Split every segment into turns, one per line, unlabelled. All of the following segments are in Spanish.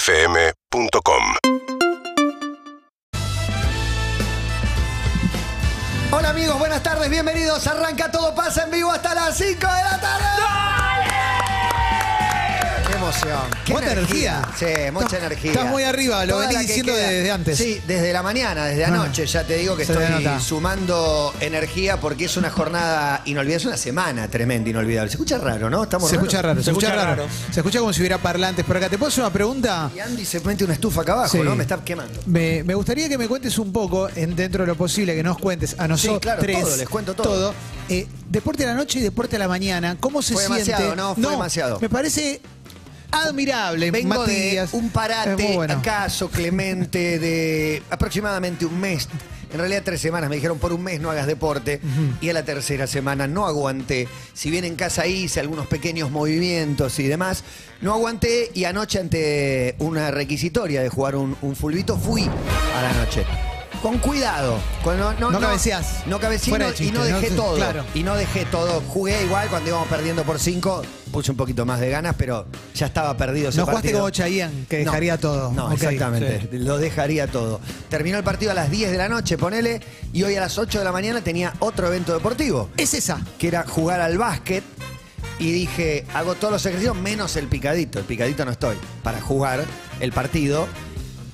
UrbanaPlayFM.com
Hola amigos, buenas tardes, bienvenidos. Arranca todo pasa en vivo hasta las 5 de la tarde. ¡Qué emoción! qué
Cuánta
Sí, mucha energía.
estás muy arriba, lo
Toda
venís
la que
diciendo
queda.
desde antes. Ah,
Sí, desde la mañana, desde anoche. Ya te digo que
se te
estoy
nota.
sumando energía porque es una jornada inolvidable, es una semana tremenda inolvidable. Se escucha raro, ¿no? Estamos
Se
raros.
escucha raro, se, escucha,
escucha
raro.
raro.
Se escucha como si hubiera parlantes por acá. ¿Te puedo hacer una pregunta?
Y Andy se mete una estufa acá abajo,
Sí.
¿no? Me está quemando.
Me, me gustaría que me cuentes un poco, en- dentro de lo posible, que nos cuentes a nosotros
claro, todo, les cuento todo.
Eh, deporte a la noche y deporte a la mañana. ¿Cómo se
Fue
siente?
demasiado, no, fue demasiado.
Me parece admirable,
Vengo
Matías.
de un
Es
parate,
muy bueno.
acaso, Clemente, de aproximadamente un mes. En realidad tres semanas me dijeron por un mes no hagas deporte y a la tercera semana no aguanté. Si bien en casa hice algunos pequeños movimientos y demás, no aguanté y anoche ante una requisitoria de jugar un, un fulbito fui a la noche. Con cuidado. con- no, no,
No cabeceás.
No cabeceé
Fuera de
no- y
chiste,
no
¿no?
dejé todo.
Claro.
Y no dejé todo. Jugué igual cuando íbamos perdiendo por cinco. Puse un poquito más de ganas, pero ya estaba perdido ese
No jugaste
partido.
como Chayanne, que
No,
dejaría todo.
No,
Ok.
exactamente.
Sí.
Lo dejaría todo. Terminó el partido a las 10 de la noche, ponele, y hoy a las 8 de la mañana tenía otro evento deportivo,
Es esa.
que era jugar al básquet. Y dije, hago todos los ejercicios menos el picadito. El picadito no estoy para jugar el partido.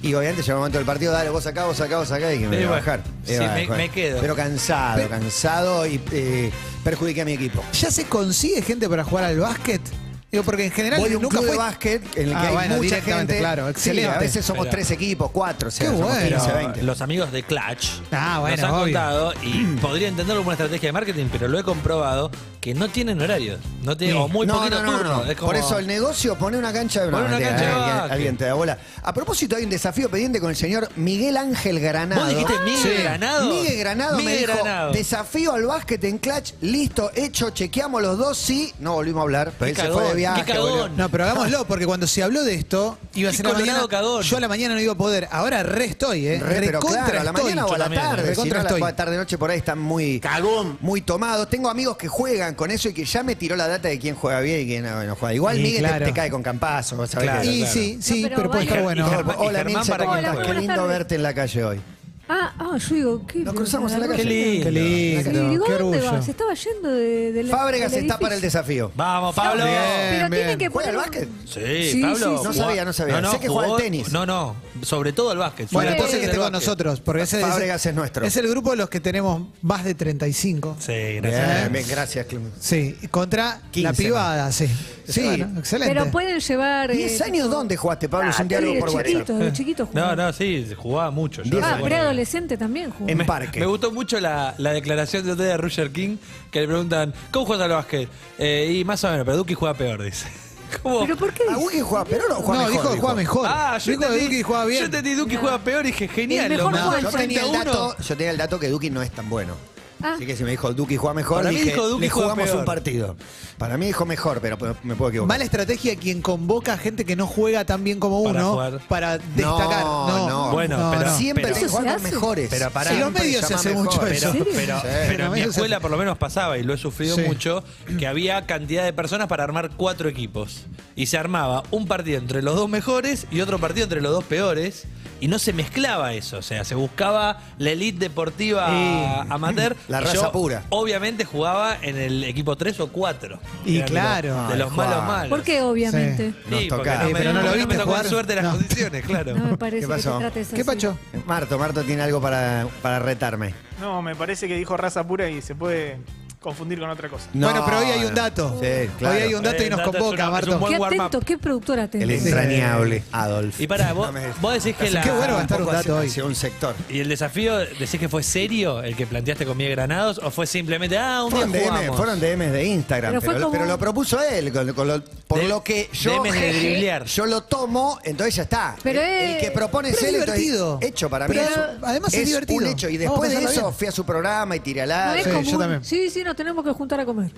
Y obviamente llegó el momento del partido, dale, vos acá, vos acá, vos acá, y que me voy
Sí,
a
bueno.
bajar.
Sí,
Iba a
me-
bajar.
me quedo.
Pero cansado, cansado y eh, perjudiqué a mi equipo.
¿Ya se consigue gente para jugar al básquet? Digo, porque en general
Voy a un
nunca
club
fue.
de básquet en el que
Ah,
hay
bueno,
mucha
directamente,
gente.
claro,
Sí,
excelente.
a veces somos
Pero-
tres equipos, cuatro, o sea,
Qué
somos
bueno.
15,
Pero
20.
Los amigos de Clutch
Ah, bueno,
nos han
obvio.
contado y podría entenderlo como una estrategia de marketing, pero lo he comprobado que no tienen horarios. No tienen,
Sí.
o muy
No,
poquito
no, no,
turno.
no.
es como-
Por eso el negocio pone una cancha de
Pone una
mentira,
cancha de
alguien-
básquet.
Alguien te da bola. A propósito, hay un desafío pendiente con el señor Miguel Ángel Granado.
¿Vos dijiste Miguel
Sí.
Granado?
Miguel Granado me
Miguel
dijo,
Granado.
desafío al básquet en Clutch, listo, hecho, chequeamos los dos, sí. No volvimos a hablar, pero
Qué
él se
cagón,
fue de viaje.
qué cagón.
volvió.
No, pero hagámoslo, porque cuando se habló de esto, iba a
Qué
ser a la
colorado
mañana.
cagón.
Yo a la mañana no iba a poder. Ahora re estoy, ¿eh?
Re, pero
Recontra
claro, a la
estoy.
mañana o a
yo
la
también, eh.
tarde, si no,
recontra
a
estoy.
la tarde noche por ahí están muy muy tomados. Tengo amigos que juegan con eso y que ya me tiró la data de quién juega bien y quién no, no juega. Igual
Y
Miguel te-
claro.
te, cae con campazo, ¿sabes?
Claro,
Que-
Y
claro.
sí, sí,
No,
pero,
pero
puede
vaya.
estar
Y
bueno.
Germán-
Hola,
y Germán
Mirce,
para
¿cómo
quién
estás?
juega.
Qué
Buenas
lindo
tardes.
verte en la calle hoy.
Ah, ah, yo digo, ¿qué?
Nos cruzamos en la
Qué
calle.
lindo.
Qué lindo,
Sí, digo,
qué
¿dónde
orgullo.
va? Se estaba yendo de, de la.
Fábregas
del
está para el
edificio.
desafío.
Vamos, Pablo.
Bien.
Pero
bien.
tiene que
¿Juega al
poner.
básquet?
Sí,
Sí,
Pablo.
sí, sí.
No
jugá-
sabía, no sabía. Sé que juega al tenis.
No, no. Sobre todo al básquet.
Bueno,
Sobre
entonces
todo
que
al
esté con
básquet.
nosotros, porque ese
Fábregas es nuestro.
Es el grupo de los que tenemos más de 35. Sí,
Sí, gracias.
Bien, bien, gracias, Clemen.
contra
15
la
más.
pibada, sí.
Sí.
Bueno, excelente.
Pero pueden llevar.
¿Diez
eh,
años dónde jugaste, Pablo?
Ah,
Es un
sí,
diálogo
de
por WhatsApp.
chiquitos, de chiquitos
No,
jugaban.
no, sí, jugaba mucho. Yo
Diez
no
Ah,
años.
recuerdo.
preadolescente también jugó.
En parque.
Me gustó mucho la, la declaración de usted de Roger King, que le preguntan, ¿cómo juegas al básquet? Eh, y más o menos, pero Duki juega peor, dice. ¿Cómo?
¿Pero por qué?
¿A Wiki Ah, juega, pero no juega
no,
mejor?
dijo que juega mejor.
Ah, yo
dijo que
entendí,
Duki jugaba bien.
Yo entendí Duki juega peor y dije, genial.
El mejor
lo-
No, juega
Yo
Juan,
tenía, el
frente a uno.
dato, yo tenía el dato que Duki no es tan bueno.
Ah.
Así que si me dijo Duki juega mejor,
Para mí
dije,
dijo Duki
le
juega
jugamos
peor.
un partido. Para mí dijo mejor, pero me puedo equivocar.
Mala estrategia quien convoca a gente que no juega tan bien como
Para
uno
jugar.
para destacar. No,
no.
Bueno, pero-
siempre
pero-
tenés que jugar
¿Eso
con
se hace?
mejores.
Pero pará.
Siempre
En los medios se
llamá
hace
mejor.
mucho eso.
Pero,
¿En serio?
pero,
Sí.
pero en mi
Pero
escuela por lo menos pasaba, y lo he sufrido
Sí.
mucho, que había cantidad de personas para armar cuatro equipos. Y se armaba un partido entre los dos mejores y otro partido entre los dos peores. Y no se mezclaba eso, o sea, se buscaba la elite deportiva
Sí.
amateur.
La
y
raza
yo,
pura.
Obviamente jugaba en el equipo 3 o 4.
Y claro.
De los
Ay,
malos
Juan.
malos.
¿Por qué, obviamente?
Sí,
Nos
porque
tocaba.
no
Eh,
me,
pero no lo
porque
viste
me tocó en
jugar.
suerte las
No.
posiciones, claro.
No me parece
¿Qué pasó?
que te trates así.
¿Qué pacho?
Marto, Marto tiene algo para, para retarme.
No, me parece que dijo raza pura y se puede confundir con otra cosa.
bueno, pero hoy hay un dato.
Sí, claro.
Hoy hay Eh, un dato y nos
El dato es
convoca,
una- es un
Marto.
buen
Qué
warm-up.
atento, qué productor atento.
El entrañable Adolf.
Y para, vos,
No me-
vos decís que la.
Qué bueno va a estar un
Tampoco
dato hoy.
hacia un sector.
¿Y el desafío, decís que fue serio el que planteaste con Miguel Granados o fue simplemente, ah, un
Fueron,
día
DM,
jugamos?
fueron DMs de Instagram, pero,
Pero fue
pero,
como-
lo propuso él, con- con lo- por
De-
lo que yo,
DMs de driblear.
yo lo tomo, entonces ya está.
Pero
el, el
es-
que propone
pero
es
es
él, entonces,
divertido.
hecho para
Pero
mí. es un-
además es divertido.
un hecho. Y
Vamos a
después de eso
pasarla bien.
fui a su programa y tiré al
No
aire.
es
Sí, yo
común.
también.
Sí, sí, nos tenemos que juntar a comer.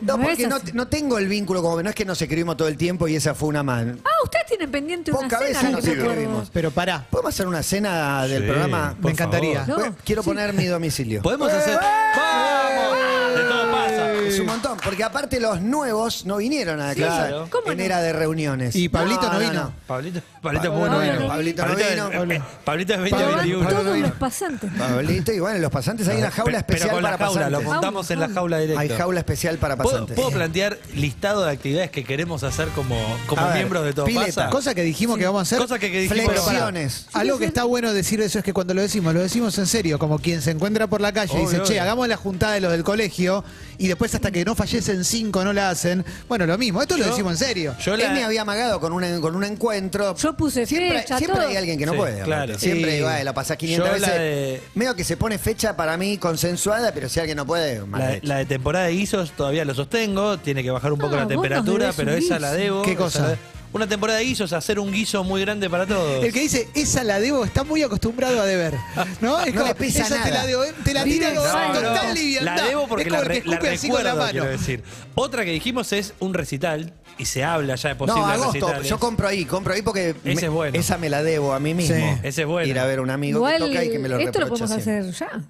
No,
es
porque no,
así.
no tengo el vínculo, como que no es que nos escribimos todo el tiempo y esa fue una man.
Ah, ustedes tienen pendiente una
Pocas
cena.
veces
que
nos
me acuerdo.
escribimos.
Pero pará.
¿Podemos hacer una cena del
Sí,
programa?
Me
Por
encantaría.
Bueno,
No,
Quiero
sí.
Eh, poner mi domicilio.
Podemos hacer. ¡Vamos! De todo pasa.
es un montón, porque aparte los nuevos no vinieron a la
Sí,
clase
claro.
¿Cómo
en
no?
era de reuniones.
Y Pablito no vino.
Pablito, Pablito,
Pa-
Pugo no
Pablo
vino.
no
Pablito no
Pablito,
vino.
eh, Pablito es
Pablo-
2021.
Pablo no
todos
vino.
los pasantes.
Pablito, y bueno, los pasantes hay una jaula
Pe-
especial
Pero con
para
la jaula, lo
pasantes.
montamos en la jaula directa.
Hay jaula especial para
¿Puedo,
pasantes.
puedo plantear listado de actividades que queremos hacer como, como
A ver,
miembros de Todo
pileta,
Pasa?
Cosa que dijimos que vamos a hacer.
Cosa que- que dijimos,
Pero pará,
Flexiones.
Algo que está bueno decir de eso es que cuando lo decimos, lo decimos en serio, como quien se encuentra por la calle y
Obvio,
dice, che,
obvio.
hagamos la juntada de los del colegio y después hasta que no fallecen cinco no la hacen. Bueno, lo mismo, esto lo
Yo-
decimos en serio.
Yo la-
Él me había amagado con un, con un encuentro.
Yo puse
siempre,
fecha,
Siempre
todo.
hay alguien que no
Sí,
puede.
claro.
aparte. Siempre
Y
digo, "Ay, la pasás 500
yo la
veces.
de-
Medio que se pone fecha para mí consensuada, pero si alguien no puede, mal
La,
hecho.
la de temporada de guisos todavía lo sostengo, tiene que bajar un poco
Ah,
la
vos nos
temperatura,
debés
pero
un
esa
guiso.
la debo.
¿Qué
esa
cosa?
la de- Una temporada de guisos, hacer un guiso muy grande para todos.
El que dice, esa la debo, está muy acostumbrado a deber. ¿No? Es
No le pesa
esa te
nada.
la debo, eh, te la
No
tira
tiene
con
sal.
con
No,
tal liviandad.
La debo porque
es
la,
como el que
re- la
escupe así con
recuerdo,
la mano.
quiero decir. Otra que dijimos es un recital, y se habla ya de posibles
No, agosto.
recitales.
Yo compro ahí, compro ahí porque
Ese es bueno.
esa me la debo a mí mismo.
Sí.
Ese es bueno.
Ir a ver un amigo
Igual,
que toca y que me lo
esto lo
reprocha
podemos
siempre.
hacer este ya.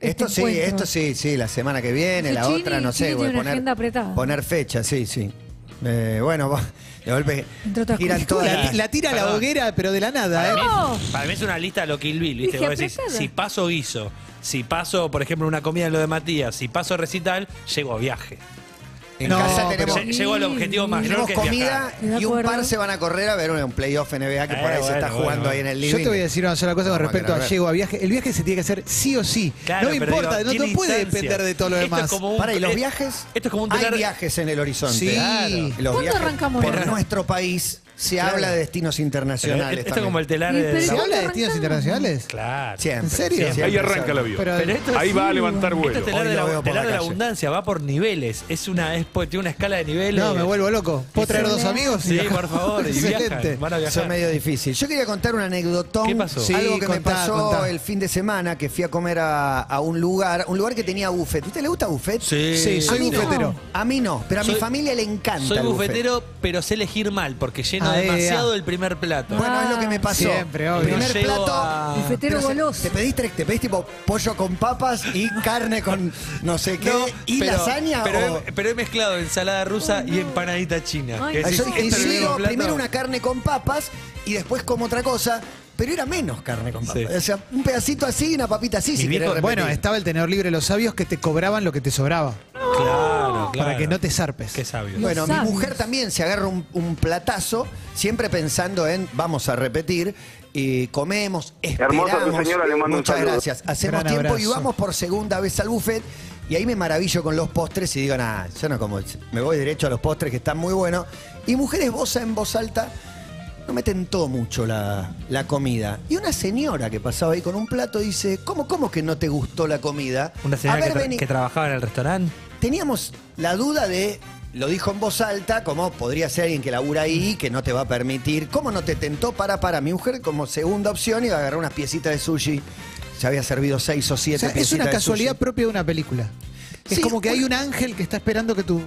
Esto sí, esto sí, sí, la semana que viene, la
Chini-
otra, no
Chini
sé,
tiene
güey,
una agenda apretada.
poner fecha, sí, sí. Eh, bueno, va- de golpe
Entre otras
giran
cosas.
todas
La,
las-
ti- la tira a la
Perdón.
hoguera, pero de la nada, ¿eh?
¡No!
Para mí es una lista de lo Kill Bill, ¿viste?
Dije,
Vos decís,
apretada.
si paso guiso, si paso, por ejemplo, una comida en lo de Matías, si paso recital, llego a viaje.
En
No,
casa
pero-
tenemos,
Lle- llego al objetivo mayor
tenemos
que es
comida
viajar.
De
y un
acuerdo.
par se van a correr a ver un, un playoff NBA que
Eh,
por ahí se
bueno,
está
bueno,
jugando
bueno.
ahí en el
Yo
living.
te voy a decir una sola cosa con
Vamos a
respecto a
querer ver.
llego a viaje. El viaje se tiene que hacer sí o sí.
Claro,
no me
pero
importa,
digo,
no
tiene
te puede
instancias.
depender de todo lo
Esto es
demás.
como un-
Para, ¿y los
eh,
viajes?
Esto es como un
Hay
tener-
viajes en el horizonte.
Sí. Claro.
Los
¿Cuándo
viajes
arrancamos
por
ahora?
nuestro país se
Claro.
habla de destinos internacionales
Esto este es
también.
como el telar
Y
de
pero-
¿Se
¿Cuándo
habla de destinos
arrancamos?
internacionales?
Claro.
Siempre,
¿En serio?
siempre
Ahí
se
arranca el
habla.
avión.
Pero-
esto
Ahí
es-
va a levantar
Esto
vuelo.
es telar
Hoy
de
lo
la,
veo por
telar
la
de la
calle.
abundancia, va por niveles. Es una, es, pues, tiene una escala de niveles.
No, me vuelvo loco. ¿Puedo traer dos amigos?
Sí, por favor. Y
Excelente.
viajan, van a
Eso es
viajar.
medio difícil. Yo quería contar un anecdotón.
¿Qué pasó?
Sí,
algo que me
contá,
pasó
contá.
el fin de semana que fui a comer a, a un lugar, un lugar que tenía buffet. ¿Usted le gusta buffet?
Sí.
Sí, soy
a mí no.
bufetero.
A mí no, pero a mi
Soy-
familia le encanta.
Soy
el buffet.
bufetero, pero sé elegir mal porque lleno
Ah, eh,
demasiado
ah.
el primer plato.
Bueno, es lo que me pasó.
Siempre, obvio.
Primer
Pero llego
plato.
a-
Bufetero
pero se-
goloso.
Te pedís tres, te pedís tipo pollo con papas y carne con no sé qué.
No,
y
pero-
lasaña
pero,
o.
he, pero he mezclado ensalada rusa y empanadita china.
Ay,
Que
no.
Ah,
decís,
yo dije,
¿esto es el
sí,
mismo plato?
primero una carne con papas y después como otra cosa, pero era menos carne con papas.
Sí.
O sea, un pedacito así y una papita así, si
viejo-
querés repetir.
Bueno, estaba el tenedor libre de los sabios que te cobraban lo que te sobraba.
Claro, claro.
Para que no te zarpes.
Qué sabio.
Bueno,
Bueno,
Los
mi
sabios.
mujer también se agarra un, un platazo, siempre pensando en vamos a repetir. Y comemos, esperamos.
Hermosa tu señora, le mando un
Muchas
saludo.
gracias. Hacemos
Gran
tiempo y
abrazo.
vamos por segunda vez al buffet. Y ahí me maravillo con los postres y digo, nada, yo no como, me voy derecho a los postres que están muy buenos. Y mujeres, voz en voz alta, no me tentó mucho la, la comida. Y una señora que pasaba ahí con un plato dice, ¿cómo, cómo que no te gustó la comida?
Una señora
a ver,
que, tra-
vení"
que trabajaba en el restaurante.
teníamos la duda de, lo dijo en voz alta, como podría ser alguien que labura ahí, que no te va a permitir. ¿Cómo no te tentó para para mi mujer como segunda opción iba a agarrar unas piecitas de sushi? Se había servido seis o
O
siete
sea, es
piecitas
una
de
casualidad
sushi.
propia de una película. Es
Sí,
como que hay
bueno.
un ángel que está esperando que tu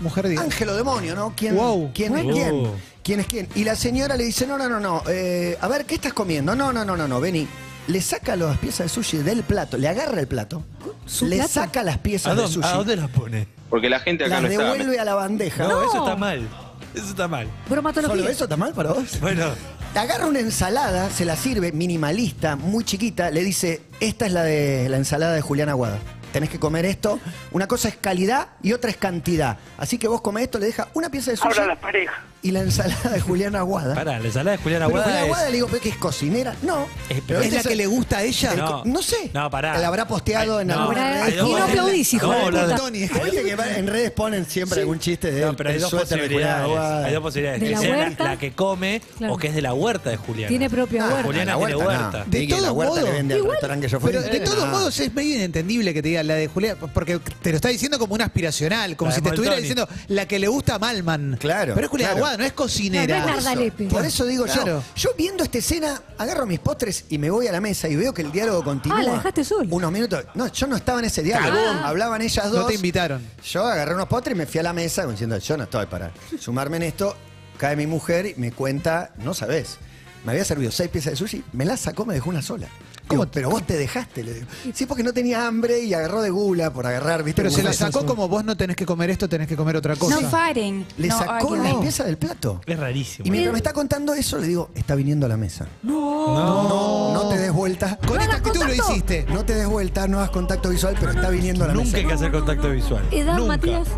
mujer diga.
Ángel o demonio, ¿no? ¿Quién,
Wow.
¿quién
Bueno.
es quién?
Wow.
¿Quién es quién? Y la señora le dice, no, no, no, no. eh, a ver, ¿qué estás comiendo? No, no, no, no, no, vení. Le saca las piezas de sushi del plato, le agarra el plato,
¿Su
le
plato?
saca las
¿A
piezas de
dónde,
sushi,
a dónde las pone?
Porque la gente acá
las
no está.
devuelve a la bandeja.
No, eso está mal. Eso está mal.
Bromatología.
¿Solo eso está mal para vos?
Bueno,
Agarra una ensalada, se la sirve, minimalista, muy chiquita, le dice, esta es la de la ensalada de Julián Aguada. Tenés que comer esto. Una cosa es calidad y otra es cantidad. Así que vos comés esto, le deja una pieza de sushi
parejas.
y la ensalada de Julián Aguada.
pará, la ensalada de Julián
Pero Julián
Aguada
Aguada
es...
le digo, ¿pero qué es cocinera? No.
Es-
Pero
es
¿Es la
esa-
que le gusta a ella?
el
No.
co- no sé.
No, pará.
La habrá posteado
Ay,
en
no.
alguna
Habrá-
red.
Y no aplaudís, hijo
No,
de
la-
puta.
Tony,
Viste que en redes ponen siempre algún chiste de
No, pero hay
el
dos
suéter de Julián
posibilidades.
Aguada.
Hay dos posibilidades.
¿De
que
la
sea
huerta?
la que come
Claro.
o que es de la huerta de Julián.
Tiene propia
Ah,
huerta.
Julián-
la
Juliana tiene
huerta,
huerta.
no.
De
Ni que la
todos
huerta le
modos.
vende al restaurante que yo fui.
Pero de
Eh,
todos
no.
modos es medio inentendible que te diga la de Julián, porque te lo está diciendo como una aspiracional, como
La de
si te estuviera
Moltoni.
diciendo la que le gusta a Malman.
Claro,
Pero es Julián
claro.
Aguada, no es cocinera.
No, no es Nardalepe.
Por eso digo
Claro.
yo, yo viendo esta escena, agarro mis postres y me voy a la mesa y veo que el diálogo continúa.
Ah, la dejaste sola.
Unos minutos. No, yo no estaba en ese diálogo. Ah.
Cagón.
Hablaban ellas dos.
No te invitaron.
Yo agarré unos postres y me fui a la mesa diciendo, yo no estoy para sumarme en esto. Cae mi mujer y me cuenta, no sabes. me había servido seis piezas de sushi, me las sacó, me dejó una sola.
¿Cómo?
Digo, pero vos te dejaste, le digo. Sí, porque no tenía hambre y agarró de gula por agarrar, ¿viste?
Pero se la
Como-
sacó como vos no tenés que comer esto, tenés que comer otra cosa.
No fighting.
Le
no
sacó
arguing.
las piezas del plato.
Es rarísimo.
Y mientras me está contando eso, le digo, está viniendo a la mesa.
No.
No, no te des vuelta.
Con
No
esta
hagas
actitud lo
contacto.
hiciste.
No te des vuelta, no hagas contacto visual, pero está viniendo a la
Nunca hay
mesa.
que hacer contacto visual.
Edad,
Nunca.
Matías.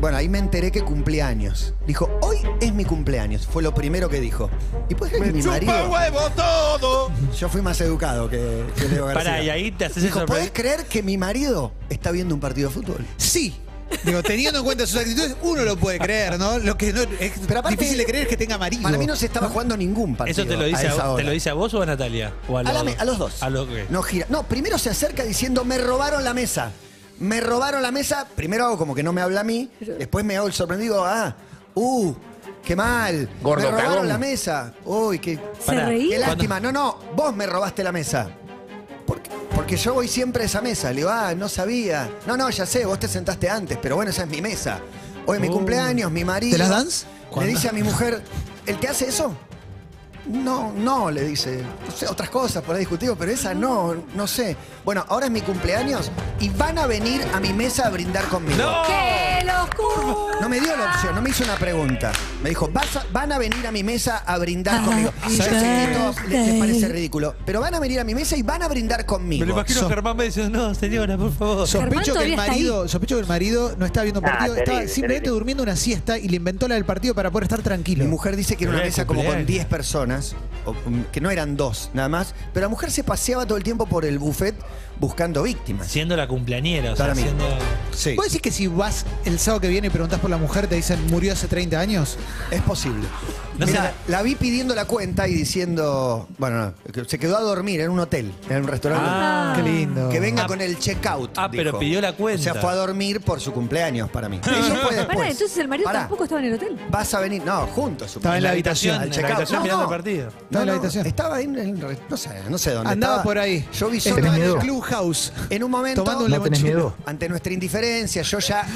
Bueno, ahí me enteré que cumplía años. Dijo, hoy es mi cumpleaños. Fue lo primero que dijo. Y pues mi marido.
huevo todo!
Yo fui más educado que, que Leo García.
Pará, y ahí te haces
Dijo,
el
¿podés
sorpre-
creer que mi marido está viendo un partido de fútbol?
Sí. Digo, teniendo en cuenta sus actitudes, uno lo puede creer, ¿no? Lo que no es
Pero aparte-
difícil de creer es que tenga marido.
Para mí no se estaba jugando ningún partido.
¿Eso te lo, dice
a
a,
esa
te
hora.
lo dice a vos o a Natalia? O a,
A, la me- a los dos.
A lo que.
No gira. No, primero se acerca diciendo, me robaron la mesa. Me robaron la mesa. Primero hago como que no me habla a mí. Después me hago el sorprendido. Ah, uh, qué mal.
Gordo
me robaron
cagón.
la mesa. Uy, qué,
¿Se
Pará.
qué
reía?
lástima. No, no, vos me robaste la mesa. ¿Por qué? Porque yo voy siempre a esa mesa. Le digo, ah, no sabía. No, no, ya sé, vos te sentaste antes, pero bueno, esa es mi mesa. Hoy es
Oh.
mi cumpleaños, mi marido.
¿Te las dans?
Le dice a mi mujer, ¿el que hace eso? No, no, le dice. No sé, otras cosas por ahí discutimos, pero esa no, no sé. Bueno, ahora es mi cumpleaños y van a venir a mi mesa a brindar conmigo.
¡No!
¡Qué locura!
No me dio la opción, no me hizo una pregunta. Me dijo, "Vas a- van a venir a mi mesa a brindar conmigo. Yo sé que esto le- les, parece ridículo, pero van a venir a mi mesa y van a brindar conmigo.
Me lo imagino a Germán me diciendo, no, señora, por favor.
Germán
Sospecho que, el
todavía está
marido, sospecho que el marido no estaba viendo un
Ah,
partido, estaba
terrible,
simplemente
terrible.
durmiendo una siesta y le inventó la del partido para poder estar tranquilo.
Mi mujer dice que era una
Era el
mesa como con
cumpleaños.
10 personas, o, um, que no eran dos nada más, pero la mujer se paseaba todo el tiempo por el buffet buscando víctimas.
Siendo la cumpleañera, o sea,
Para mí.
siendo.
Sí.
¿Vos decís que si vas el sábado que viene y preguntás por la mujer, te dicen murió hace 30 años?
Es posible.
No
Mirá,
sé.
la vi pidiendo la cuenta y diciendo, bueno, no, que se quedó a dormir en un hotel, en un restaurante.
Ah.
Qué lindo.
Que venga
Ah.
con el checkout.
Ah, pero
dijo.
pidió la cuenta.
O sea, fue a dormir por su cumpleaños para mí. Eso fue después.
Pará, entonces el marido
Pará,
tampoco estaba en el hotel.
Vas a venir. No, juntos. supongo.
Estaba en la habitación,
Al
en la
checkout.
habitación mirando el partido.
No,
en
no,
la habitación.
Estaba ahí en el. re- No sé, no sé dónde.
Andaba
estaba.
por ahí.
Yo vi solo
Estaba en el
en-
clubhouse.
En un momento,
Tomando un No tenés
limonchelo. miedo.
ante nuestra indiferencia, yo ya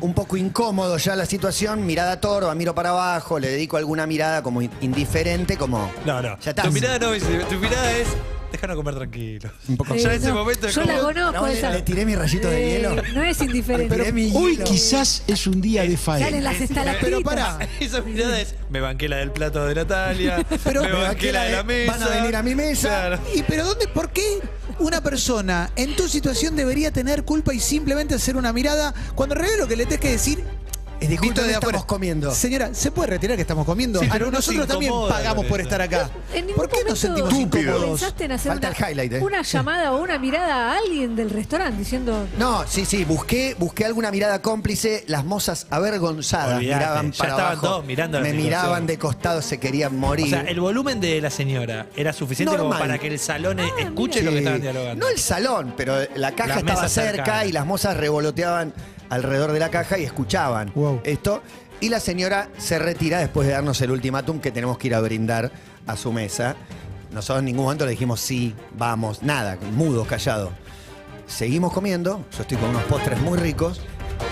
un poco incómodo ya la situación, mirada torva, miro para abajo, le dedico alguna mirada como in- indiferente, como...
No, no.
Ya está.
Tu mirada no es. Tu mirada es. Déjanos comer tranquilo.
Eh,
Ya en ese
no,
momento es
Yo la
como-
conozco
No, le-
esa.
le tiré mi rayito
Eh,
de hielo.
No es indiferente.
Pero- mi
Hoy
hielo.
quizás es un día de
Salen
faena.
las estalactitas.
Pero pará.
Esa mirada es. Me banqué la del plato de Natalia. pero me banqué la de la mesa.
Van a venir a mi mesa.
Claro.
¿Y pero dónde? ¿Por qué una persona en tu situación debería tener culpa y simplemente hacer una mirada cuando en realidad lo que le tenés que decir
Es
visto
disculpe,
de
estamos
afuera?
comiendo.
Señora, ¿se puede retirar que estamos comiendo?
Sí,
Ah,
pero
no,
uno se
nosotros también
incomoda
pagamos
con
por
eso.
estar acá.
En ningún
¿Por qué nos
momento
sentimos incómodos?
¿Pensaste en hacer
Falta
una,
el highlight, eh.
una llamada o una mirada a alguien del restaurante diciendo
No, sí, sí, busqué, busqué alguna mirada cómplice, las mozas avergonzadas
Olvidate,
miraban
ya
para
estaban
abajo,
todos mirando la
me
situación.
miraban de costado, se querían morir.
O sea, el volumen de la señora era suficiente como
Normal. Ah,
para que el salón escuche lo que
Sí.
estaban dialogando.
No el salón, pero la caja
Las
estaba
mesas
cerca
cercanas.
y las mozas revoloteaban alrededor de la caja y escuchaban
Wow.
esto. Y la señora se retira después de darnos el ultimátum que tenemos que ir a brindar a su mesa. Nosotros en ningún momento le dijimos sí, vamos, nada, mudos, callados. Seguimos comiendo, yo estoy con unos postres muy ricos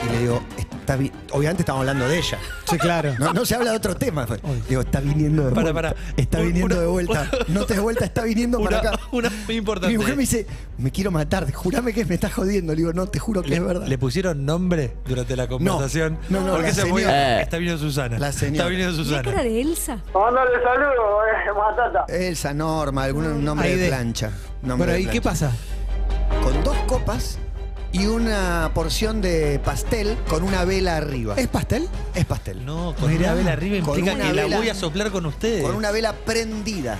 y le digo, está vi- obviamente estamos hablando de ella.
Sí, claro.
No, no se habla de otro tema. Digo, está viniendo de
Para,
vuelta.
para.
Está
Un-
viniendo
una-
de vuelta. No te des vuelta, está viniendo
Una-
para acá.
una muy importante.
Mi mujer me dice, me quiero matar, jurame que me estás jodiendo. Le digo, no, te juro que es verdad.
¿Le pusieron nombre durante la conversación?
No, no, no,
Porque
la
se fue.
señora. Eh.
Está viniendo Susana.
La señora.
Está viniendo
la cara
Susana.
de Elsa?
Mándale saludos, eh, Matata.
Elsa Norma, algún nombre
Ah, Ahí
de
de-
plancha. Nombre
Bueno,
de
¿y qué
plancha.
pasa?
Con dos copas y una porción de pastel con una vela arriba.
¿Es pastel?
Es pastel.
No, con
Mirá,
una vela Pues arriba
con
implica
una
que la
vela-
voy a soplar con ustedes.
Con una vela prendida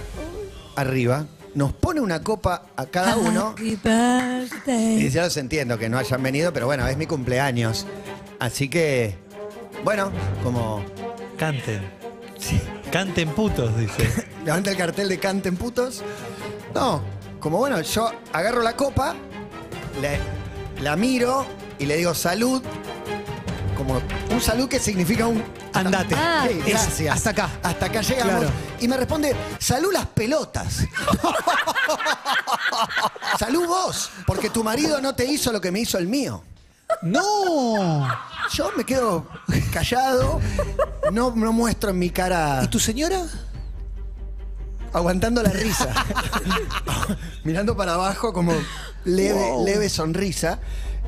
arriba. Nos pone una copa a cada
Ah,
uno.
Happy
Y
birthday.
ya los entiendo que no hayan venido, pero bueno, es mi cumpleaños. Así que, bueno, como
Canten. Canten putos, dice.
levanta el cartel de canten putos. No, como bueno, yo agarro la copa, le- la miro y le digo salud. Como un salud que significa un
Andate.
Ah.
Sí,
Es
gracias.
hasta acá.
Hasta acá llegamos.
Claro.
Y me responde, salud las pelotas. salud vos, porque tu marido no te hizo lo que me hizo el mío.
¡No!
Yo me quedo callado, no, no muestro en mi cara.
¿Y tu señora?
aguantando la risa. Mirando para abajo como leve, leve sonrisa.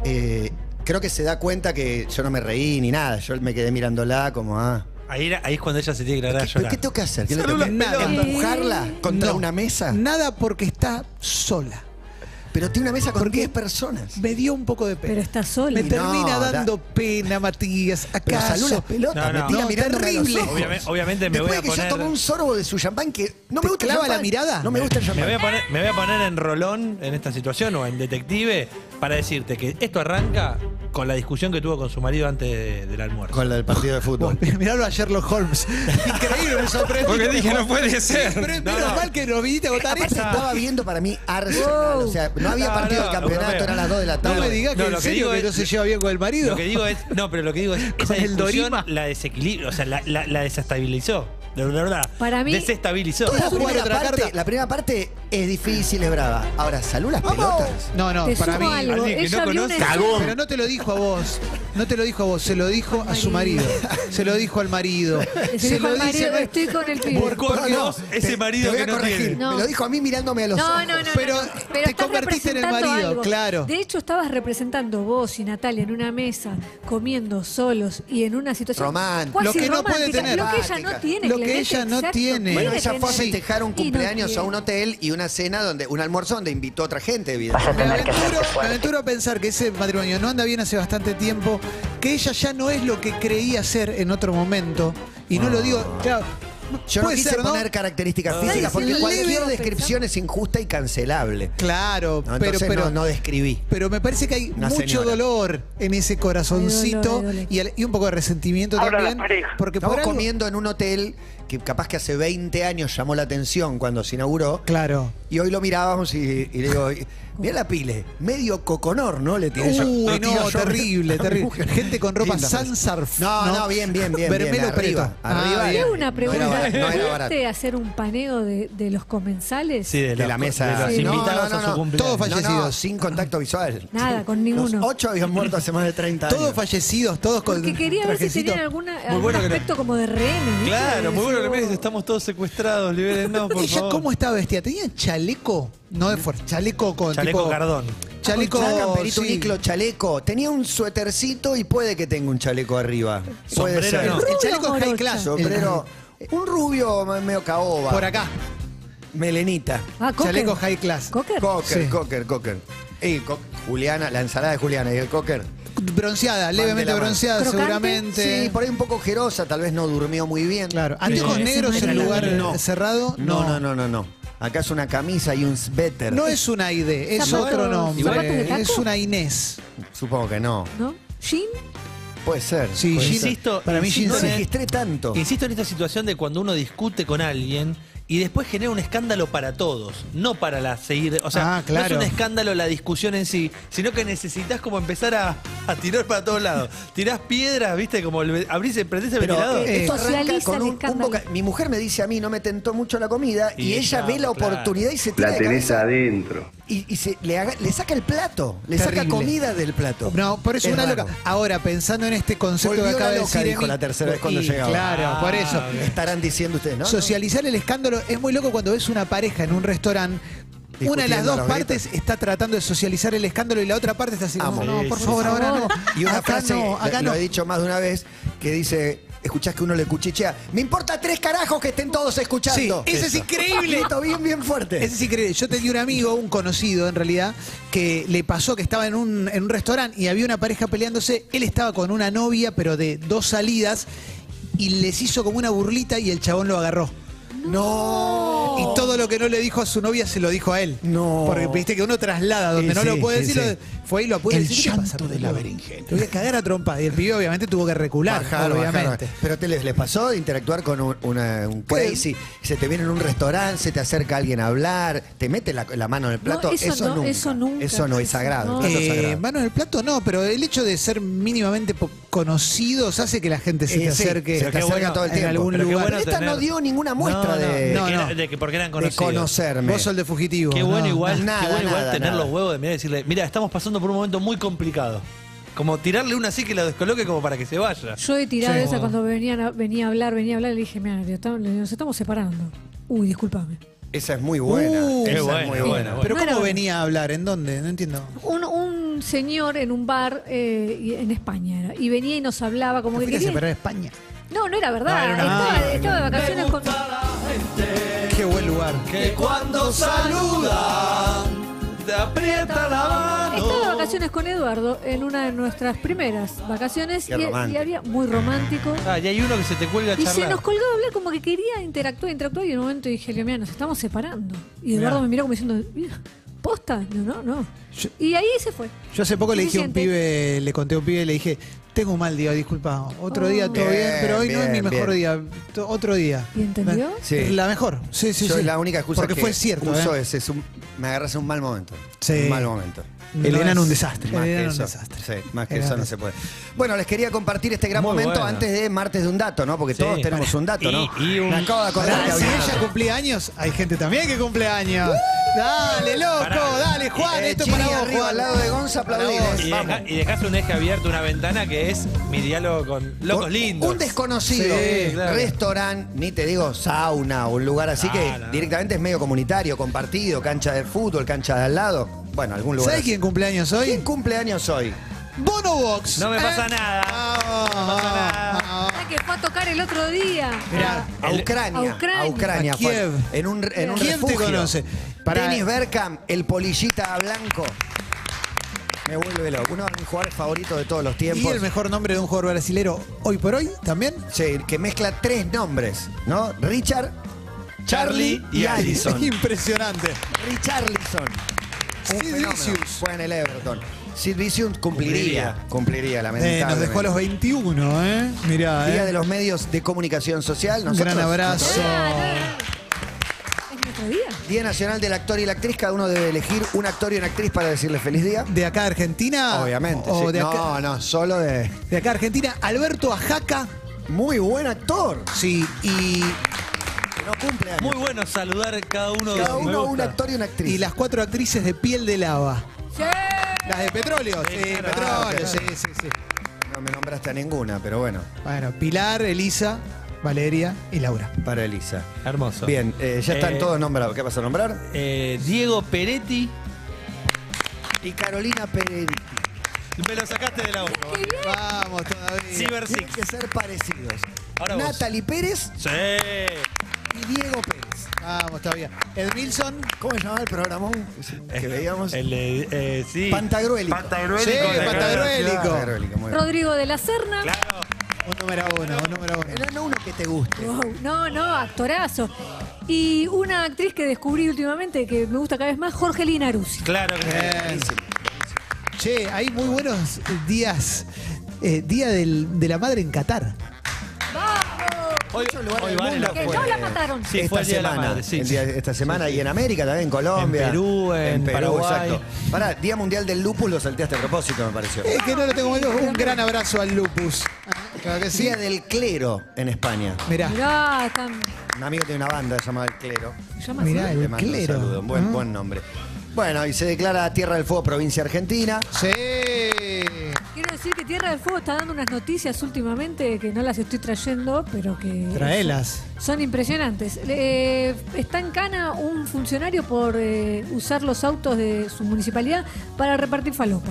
Eh, creo que se da cuenta que yo no me reí ni nada. Yo me quedé mirándola como, ah.
Ahí, era- ahí es cuando ella se tiene que largar a
¿Pero
llorar.
qué tengo que hacer? ¿Qué le
Salud
tengo
las
que- nada,
pelotas.
¿Empujarla contra
No.
una mesa?
Nada porque está sola.
Pero tiene una mesa con
¿Por qué?
10 personas.
Me dio un poco de pena.
Pero está sola.
Me termina
No, da-
dando pena, Matías.
Pero
Acá.
salud las pelotas,
No, no.
me tira
No,
mirándome a los
terrible.
ojos.
Obviamente- obviamente me
Después
voy a
de que
poner-
yo tomé un sorbo de su champán que no
¿Te
me gusta el
clava la
champán.
mirada?
No me gusta el
Me
champán.
voy, a poner, me voy a poner en rolón en esta situación o en detective para decirte que esto arranca con la discusión que tuvo con su marido antes de- del almuerzo.
Con el partido de fútbol.
Miralo a Sherlock Holmes. Increíble, me sorprendí.
Porque dije, no puede ser.
Pero es
No,
menos
no.
mal que nos viniste a votar
Aparte
esta.
estaba viendo para mí Arsenal. O sea, no había
No,
partido
no,
de campeonato,
europeo.
eran las 2 de la
No
tarde.
No,
me digas que
no,
en
lo que
serio
digo
que
es-
no se lleva bien con el marido.
Lo que digo es. No, pero lo que digo es. Esa
el
discusión
Dorima.
la desequilibra, o sea, la, la- la desestabilizó. De verdad.
Para mí-
Desestabilizó.
Toda la
¿Puedo jugar
primera,
otra
parte,
carta?
la primera parte es difícil, es brava. Ahora, salud las pelotas.
No, no,
Te
para mí.
sumo algo.
alguien que
Ella
no
vio
conoce-
una
Cagón.
Pero no te lo dijo a vos. No te lo dijo a vos, se lo dijo a su marido. Se lo dijo al marido.
Se dijo al
lo dice-
marido, estoy con el pibe.
Por- Porque vos, ese marido
te voy a
que no
corregir.
tiene.
No.
Me lo dijo a mí mirándome a los
No,
ojos.
no, no, no.
Pero
no.
te
estás
convertiste en el
representando
marido, claro.
De hecho, estabas representando vos y Natalia en una mesa, comiendo solos y en una situación.
Román-
cuasi
Lo que no puede
romántica,
tener.
Lo que ella no tiene.
Lo que
Clemente,
ella no
exacto.
tiene.
Bueno,
Tiene
ella
que
fue a
tener.
festejar un
Y no
cumpleaños a
tiene.
un hotel y una cena donde, un almuerzo donde invitó a otra gente,
Me
evidentemente.
aventuro, me aventuro a pensar que ese matrimonio no anda bien hace bastante tiempo, que ella ya no es lo que creía ser en otro momento. Y no lo digo, claro,
Yo no
puede
quise
ser, ¿no? Ah.
poner características
No.
físicas porque
Leve.
cualquier descripción es injusta y cancelable.
Claro,
No,
pero,
entonces
pero,
no, no describí.
pero me parece que hay
Una
mucho
señora.
dolor en ese corazoncito
Hay dolor, hay dolor.
Y, al- y un poco de resentimiento
Ahora
también.
la pareja.
Porque
Estamos
por algo-
comiendo en un hotel que capaz que hace 20 años llamó la atención cuando se inauguró.
Claro.
Y hoy lo mirábamos y, y le digo, mira la pile, medio coconor, ¿no? Le tiré yo.
Uy,
Le
no,
tiro yo a
terrible,
mi
terrible.
mujer.
Gente con ropa
Linda
sans
frase.
surf,
No,
¿no?
no, bien, bien, bien. bien,
Bermelo
arriba.
Preto.
arriba
Ah,
de-
bien.
Tengo
Tengo
una
No era
pregunta.
barato, no era barato.
¿Pudiste hacer un paneo de, de los comensales?
Sí, de,
De la mesa.
De los
Sí.
invitados
No, no,
a
no.
su cumpleaños.
Todos
No, no,
fallecidos.
sin contacto visual.
Nada, con
Los
ninguno.
ocho habían muerto hace más de 30 años.
Todos fallecidos, todos con
Porque quería ver si
trajecito.
tenían alguna, algún
bueno que no-
aspecto como de rehenes. ¿viste?
Claro, muy bueno
Decís,
que me dices,
"Oh".
estamos todos secuestrados, libérennos, por
¿Ella
favor.
cómo estaba vestida? ¿Tenía chaleco? No de fuerza, chaleco con
Chaleco
tipo-
cardón.
Chaleco,
Con chaca, perito,
sí.
uniclo, chaleco. Tenía un suétercito y puede que tenga un chaleco arriba. Puede
Sombrero
ser.
no.
El
Rubio
chaleco high
morocho.
class.
Sombrero. Un rubio medio caoba.
El- por acá.
Melenita.
Ah, Cocker.
Chaleco high class.
Cocker.
Cocker,
Sí.
cocker, cocker. Y co- Juliana, la ensalada de Juliana y el cocker.
Bronceada, levemente
la mano.
bronceada
Crocante,
seguramente.
Sí, por ahí un poco ojerosa, tal vez no durmió muy bien.
Claro. Anteojos
Sí.
negros
Ese
en
no
lugar
era la- no.
cerrado.
No, no, no, no, no. Acá es una camisa y un sweater.
No es una ID, es
Zapatos-
otro
zapatos de taco.
nombre. Es una Inés.
Supongo que no.
¿No? ¿Jean?
Puede ser.
Sí,
puede
Jean-
ser.
Insisto,
para mí
insisto,
No
Jean-
en-
registré tanto.
Insisto en esta situación de cuando uno discute con alguien y después genera un escándalo para todos, no para la seguir, o sea,
Ah, claro.
no es un escándalo la discusión en sí, sino que necesitas como empezar a, a tirar para todos lados. Tirás piedras, viste, como el ve- abrís, el- prendés el
Pero
ventilador.
eh, esto arranca
Socializa
con
el
un, un
escándalo.
boca- Mi mujer me dice a mí, no me tentó mucho la comida, y,
Y
ella
ella,
ve la
claro.
oportunidad y se tira
La
de
tenés
cabeza
adentro.
y, y se, le, haga- le saca el plato, le saca
Terrible.
comida del plato.
No, por eso
Es
una
raro.
loca. Ahora, pensando en este concepto
Volvió
que acaba
la
de
loca,
decir.
dijo
Emi,
la tercera vez cuando
y,
llegaba.
Claro,
Ah,
por eso.
bien.
Estarán diciendo ustedes, ¿no?
Socializar el escándalo es muy loco cuando ves una pareja en un restaurante. Una de las
Discutiendo a
dos
los
partes está tratando de socializar el escándalo y la otra parte está así como,
Amo.
no,
Sí,
por
sí,
favor,
sí.
ahora no.
Y una
acá
frase,
no, acá
lo,
no.
he dicho más de una vez, que dice, escuchás que uno le cuchichea, me importa tres carajos que estén todos
Sí,
escuchando.
ese es increíble.
Grito bien, bien fuerte.
Es increíble. Yo tenía un amigo, un conocido en realidad, que le pasó que estaba en un, en un restaurante y había una pareja peleándose. Él estaba con una novia, pero de dos salidas, y les hizo como una burlita y el chabón lo agarró.
No.
Y todo lo que no le dijo a su novia se lo dijo a él.
No.
Porque viste que uno traslada donde
Y
no
sí,
lo puede
y
decir,
sí.
lo- fue y lo puede
El
decir. ¿Qué
llanto de la
boludo?
berenjena.
Te voy a cagar a trompa. Y el pibe obviamente tuvo que recular,
Bajar,
obviamente.
Pero te les, les pasó de interactuar con un, una- un crazy, se te viene en un restaurante, se te acerca alguien a hablar, te mete la, la mano en el plato.
eso no,
nunca.
eso nunca.
Eso no es
Eso
sagrado. el
no.
plato es
Eh,
sagrado.
mano en el plato no, pero el hecho de ser mínimamente po- conocidos hace que la gente se
Eh,
te
sí,
acerque.
se te acerca todo el
en
tiempo.
algún
Pero qué
lugar.
Pero esta no dio ninguna muestra
No, no,
de,
no,
que
no.
era- de que porque eran
de
conocidos.
conocerme.
Vos sos el de fugitivo.
Qué bueno
no.
igual,
nada,
qué bueno igual
nada,
tener
nada.
los huevos de mirar y decirle, mira, estamos pasando por un momento muy complicado. Como tirarle una así que la descoloque como para que se vaya.
Yo he tirado
Sí.
esa cuando venían a- venía a hablar, venía a hablar, le dije, mira, nos estamos separando. Uy, discúlpame.
Esa es muy buena.
Uh,
esa
qué
es
buena,
muy
qué
buena.
buena.
Pero
No
¿cómo
era-
venía a hablar? ¿En dónde? No entiendo.
Un, un señor en un bar eh, y- en España era, y venía y nos hablaba como
Te
que
fuiste a
quería...
separar a España.
No, no era verdad.
No, era una
estaba,
mentira.
estaba de vacaciones con...
Qué buen lugar.
Que cuando saluda, te aprieta la
Estaba de vacaciones con Eduardo en una de nuestras primeras vacaciones
Qué
y, y
romántico.
había muy romántico.
Ah, y hay uno que se te cuelga a
Y se
charlar.
nos colgaba a hablar como que quería interactuar, interactuar y en un momento dije, Leo, mira, nos estamos separando. Y Eduardo me miró como diciendo, "Mira, posta, no, no, no.
Yo-
Y ahí se fue.
Yo hace poco le dije a un
Suficiente.
pibe, le conté a un pibe, le dije, tengo un mal día, disculpa, otro
Oh.
día todo bien,
Bien,
pero hoy no es mi
bien,
mejor
bien.
día, to- otro día.
¿Y entendió?
Sí.
La mejor, sí, sí,
Yo
sí.
es la única excusa
Porque
que
fue cierto,
uso
¿eh?
es, es un- me agarras en un mal momento.
Sí.
Un mal momento.
No Elena era un desastre.
Más
Elena
que
era un
eso,
desastre.
sí, más que
Elena
eso
era
no
un
se puede. Bueno, les quería compartir este gran
Muy
momento
bueno.
antes de martes de un dato, ¿no? Porque
Sí.
todos tenemos un dato,
Y-
¿no?
y un-
Me acabo de acordar que
Pará, si
había-
ella cumplía años, hay gente también que cumple años. Dale, loco,
Pará.
dale, Juan,
Eh,
esto
Chini
para vos,
arriba,
Juan.
al lado de Gonza,
Para
aplaudile.
vos.
Y,
eh, Vamos.
deja- y dejas un eje abierto, una ventana que es mi diálogo con locos
Un-
lindos.
Un desconocido,
Sí, claro.
restaurante, ni te digo sauna o un lugar así
Ah,
que
no.
directamente es medio comunitario, compartido, cancha de fútbol, cancha de al lado. Bueno, algún lugar.
¿Sabes
así.
quién cumple años hoy?
¿Quién cumple años hoy?
Bono Eh. Ah. Box.
No me pasa
Ah.
nada.
Vamos,
No pasa nada.
vamos.
Ah, que fue a tocar el otro día.
Mirá,
Ah,
A
El-
Ucrania.
A Ucrania.
A Ucrania.
A
fue.
Kiev.
En un, en un
¿Quién te
refugio.
conoce? Para-
Dennis Bergkamp, el polillita blanco. Me vuelve loco. Uno de mis jugadores favoritos de todos los
Y
tiempos.
el mejor nombre de un jugador brasilero hoy por hoy también.
Sí, que mezcla tres nombres, ¿no? Richard,
Charlie y Allison.
Impresionante.
Richarlison. Un
Sid
Eh, fenómeno.
Vicious.
Fue en el Everton. Sid Vicious cumpliría. Cumpliría,
Eh,
lamentablemente.
nos dejó a los 21, ¿eh? Mirá,
Día
eh.
de los medios de comunicación social.
Un
Nosotros,
gran abrazo.
¿Es nuestro día?
Día Nacional del Actor y la Actriz. Cada uno debe elegir un actor y una actriz para decirle feliz día.
¿De acá de Argentina?
Obviamente.
Ah, O
sí.
de, acá,
No, no, solo de.
de acá de Argentina, Alberto Ajaca.
Muy buen actor.
Sí, y,
Que no cumple años.
Muy bueno saludar cada uno de
Cada
me
uno un
gusta.
actor y una actriz.
y las cuatro actrices de piel de lava.
Sí.
Las de petróleo, sí,
claro.
Ah,
petróleo,
ok.
sí, sí, sí.
No me nombraste a ninguna, pero bueno,
Bueno, Pilar, Elisa, Valeria y Laura.
para Elisa.
Hermoso.
Bien, eh, ya están
Eh,
todos nombrados. ¿Qué vas a nombrar?
eh, Diego Peretti,
Y Carolina Pérez.
me lo sacaste de la boca.
Vamos todavía.
Cyber
Tienen
Six.
que ser parecidos.
Ahora vos.
Natalie Pérez
Sí.
y Diego Pérez.
Vamos todavía. Edmilson.
¿Cómo se llamaba el programón que veíamos?
El, eh, eh, sí.
Pantagruélico.
Pantagruélico.
Sí,
de-
Pantagruélico.
Pantagruélico, muy bien.
Rodrigo de la Serna.
Claro.
Un número uno, un número uno.
Pero no uno que te guste.
Wow, No, no, actorazo. Y una actriz que descubrí últimamente que me gusta cada vez más, Jorgelina Aruzzi.
Claro que sí.
Bien. Che, hay muy buenos días. Eh, día del- de la madre en Qatar.
¡Vamos!
Hoy, hoy
del
vale
mundo
la
Que
fue.
no la mataron.
Sí,
esta
fue el día de la
semana,
madre, sí,
el
sí.
día- esta semana y en América también, en Colombia,
En Perú, en Paraguay.
Pará, Día Mundial del Lupus lo salteaste a propósito, me pareció.
Es Eh, que no lo tengo muy lejos. Un gran abrazo al Lupus. Ah, Claro que sí.
Día del Clero en España.
Mirá.
Mirá, están.
Un amigo tiene una banda llamada El Clero.
llama
Mirá,
así.
El
Le mando un
Clero.
saludo, un buen,
Ah.
buen nombre. Bueno, y se declara Tierra del Fuego provincia argentina.
Sí.
Quiero decir que Tierra del Fuego está dando unas noticias últimamente que no las estoy trayendo, pero que.
Traelas.
Son impresionantes. Eh, está en cana un funcionario por eh, usar los autos de su municipalidad para repartir falopa.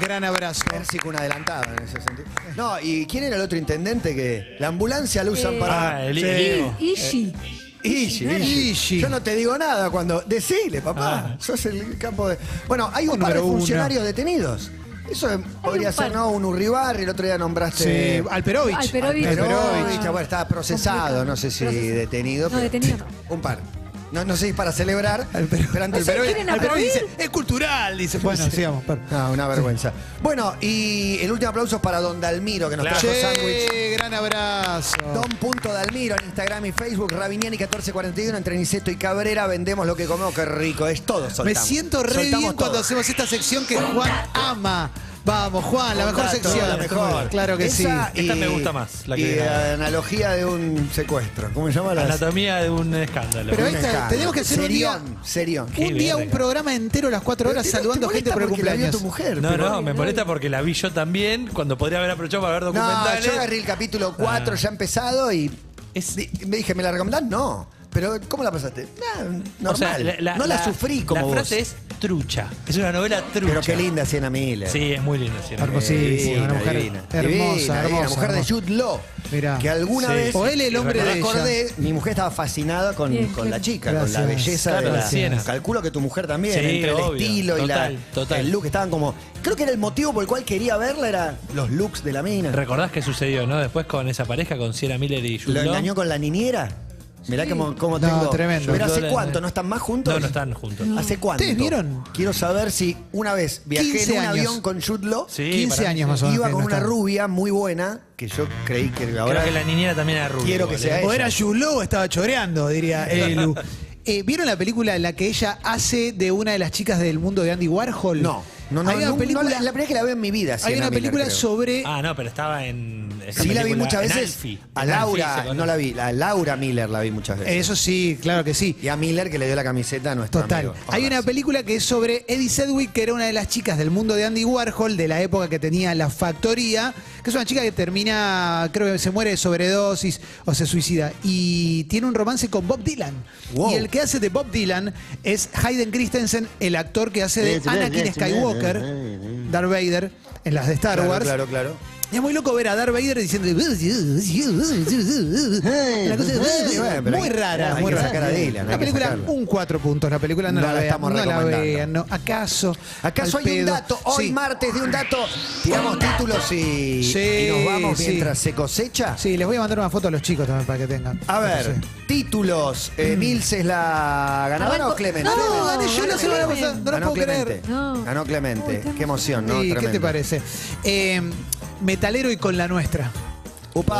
Gran abrazo.
Pérsico un adelantado en ese sentido. No, ¿y quién era el otro intendente que la ambulancia la usan
Eh,
Ah,
para...
el, el
Sí.
Diego.
Ishi.
Ishi,
Claro.
Ishi.
Ishi.
Yo no te digo nada cuando. Decile, papá. Sos el campo de. Bueno, hay un
Ah. Número
par de
uno.
funcionarios detenidos. Eso es- podría
un
ser,
par.
¿no? Un Urribarri, el otro día nombraste.
Sí, Alperovich.
Alperovich.
Pero
Alperovich.
Ah.
hoy, Ah, bueno, estaba procesado, no sé si
Procesado.
detenido.
No,
pero-
detenido no.
Un par. No, no sé si para celebrar,
Alperovich.
pero antes.
Alperovich. ¿Quieren aplaudir?
dice, es cultural, dice. Bueno, sigamos. pero-
No, Ah, una vergüenza. Bueno, y el último aplauso es para Don Dalmiro, que nos
Claro.
trajo sándwich.
Che, gran abrazo.
Don.dalmiro en Instagram y Facebook, Rabiniani1441, entre Niceto y Cabrera, vendemos lo que comemos, qué rico, es todo soltamos.
Me siento re
Soltamos
bien cuando
todo.
hacemos esta sección que Juan ama. Vamos, Juan, la mejor
Dato,
sección.
la mejor.
Claro que sí.
Esa
Esta me gusta más, la que
y
viene ahora.
analogía de un secuestro. ¿Cómo se llama la
Anatomía de un escándalo.
Pero
Un
esta-
escándalo.
tenemos que hacer un día-
Serión, serión.
Qué
Un día,
bien,
un programa entero, las cuatro horas, saludando gente por el
porque la vio
cumpleaños.
tu mujer.
No,
pero-
no, me molesta porque la vi yo también, cuando podría haber aprovechado para ver
No,
documentales.
yo agarré el capítulo 4 ya empezado y
¿eh? Ah. Es-
Di- Me dije, ¿me la recomendás? No. Pero, ¿cómo la pasaste? Nah, normal.
o sea,
no la, sufrí como
La
vos.
frase es trucha. Es una novela trucha.
Pero qué linda Sienna Miller.
Sí, es muy linda. sí, es muy linda.
Hermosísima,
Divina,
una mujer
divina.
hermosa,
Divina, divina,
hermosa,
mujer de
hermosa.
Jude Law.
Mirá.
Que alguna
Sí.
vez.
O él, el hombre
me
de ella.
acordé, mi mujer estaba fascinada con,
Bien,
con
bien.
la chica, con
Gracias.
la belleza
Claro,
de la
la Sienna.
Calculo que tu mujer también,
Sí,
entre
obvio.
el estilo y
Total,
la,
total.
el look. Estaban como. Creo que era el motivo por el cual quería verla, era los looks de la mina.
Eh, ¿Recordás qué sucedió, no? Después con esa pareja, con Sienna Miller y Jude
¿Lo
Law.
engañó con la niñera? Mirá cómo, cómo
No,
tengo.
tremendo.
Pero
Yo
¿hace
la-
cuánto? ¿No están más juntos?
No, no están juntos.
¿Hace cuánto?
¿Ustedes vieron?
Quiero saber si una vez viajé en
15
un
años.
avión con Jude Law,
Sí,
15
para-
años más o menos.
iba
que
con
no
una
estaba.
rubia muy buena, que yo creí que ahora...
Creo que la niñera también era rubia.
Quiero que
igual,
sea
¿eh?
O
ella.
era Yulo o estaba choreando, diría Elu. Eh, ¿Vieron la película en la que ella hace de una de las chicas del mundo de Andy Warhol?
No, no, no,
Hay una
no,
película,
no, la, la primera vez que la veo en mi vida.
hay
Sienna
una
Miller,
película
creo.
sobre.
Ah, no, pero estaba en. esa
Sí, la vi
película,
muchas
en
veces.
Alfie.
A
En Alfie
Laura,
se
no la vi, a Laura Miller la vi muchas veces.
Eso sí, claro que sí.
Y a Miller que le dio la camiseta a nuestro
Total.
amigo.
Hay una película que es sobre Eddie Sedgwick, que era una de las chicas del mundo de Andy Warhol, de la época que tenía la factoría, que es una chica que termina, creo que se muere de sobredosis o se suicida. Y tiene un romance con Bob Dylan.
Wow.
Y el que hace de Bob Dylan es Hayden Christensen, el actor que hace de
Sí, sí,
Anakin
sí, sí,
Skywalker,
sí, sí, sí.
Darth Vader, en las de Star
Claro,
Wars.
claro, claro.
Es muy loco ver a Darth Vader diciendo.
Eh,
Una cosa
pero
muy
hay-
rara,
hay
muy
que
rara.
sacar a Dylan, hay
la
que
película,
sacarla.
un cuatro puntos. La película no,
No
la,
la
vean,
estamos
no la
recomendando.
vean, no. ¿Acaso?
¿Acaso
al
hay un
pedo?
dato? Hoy
Sí.
martes de un dato. Tiramos títulos y,
Sí,
y nos vamos
sí.
mientras se cosecha.
Sí, les voy a mandar una foto a los chicos también para que tengan.
A ver,
Sí. Mm.
títulos. Eh, ¿Milce es la ganadora
Arranco-
o Clemente?
No,
No,
gané yo la
no,
semana
Clemen.
pasada. No lo
ganó
puedo creer.
Ah, Clemente.
No.
Ganó
Uy,
Clemente.
está
Qué emoción, ¿no?
Sí, ¿Qué te
Tremendo.
parece? Eh, metalero y con la nuestra.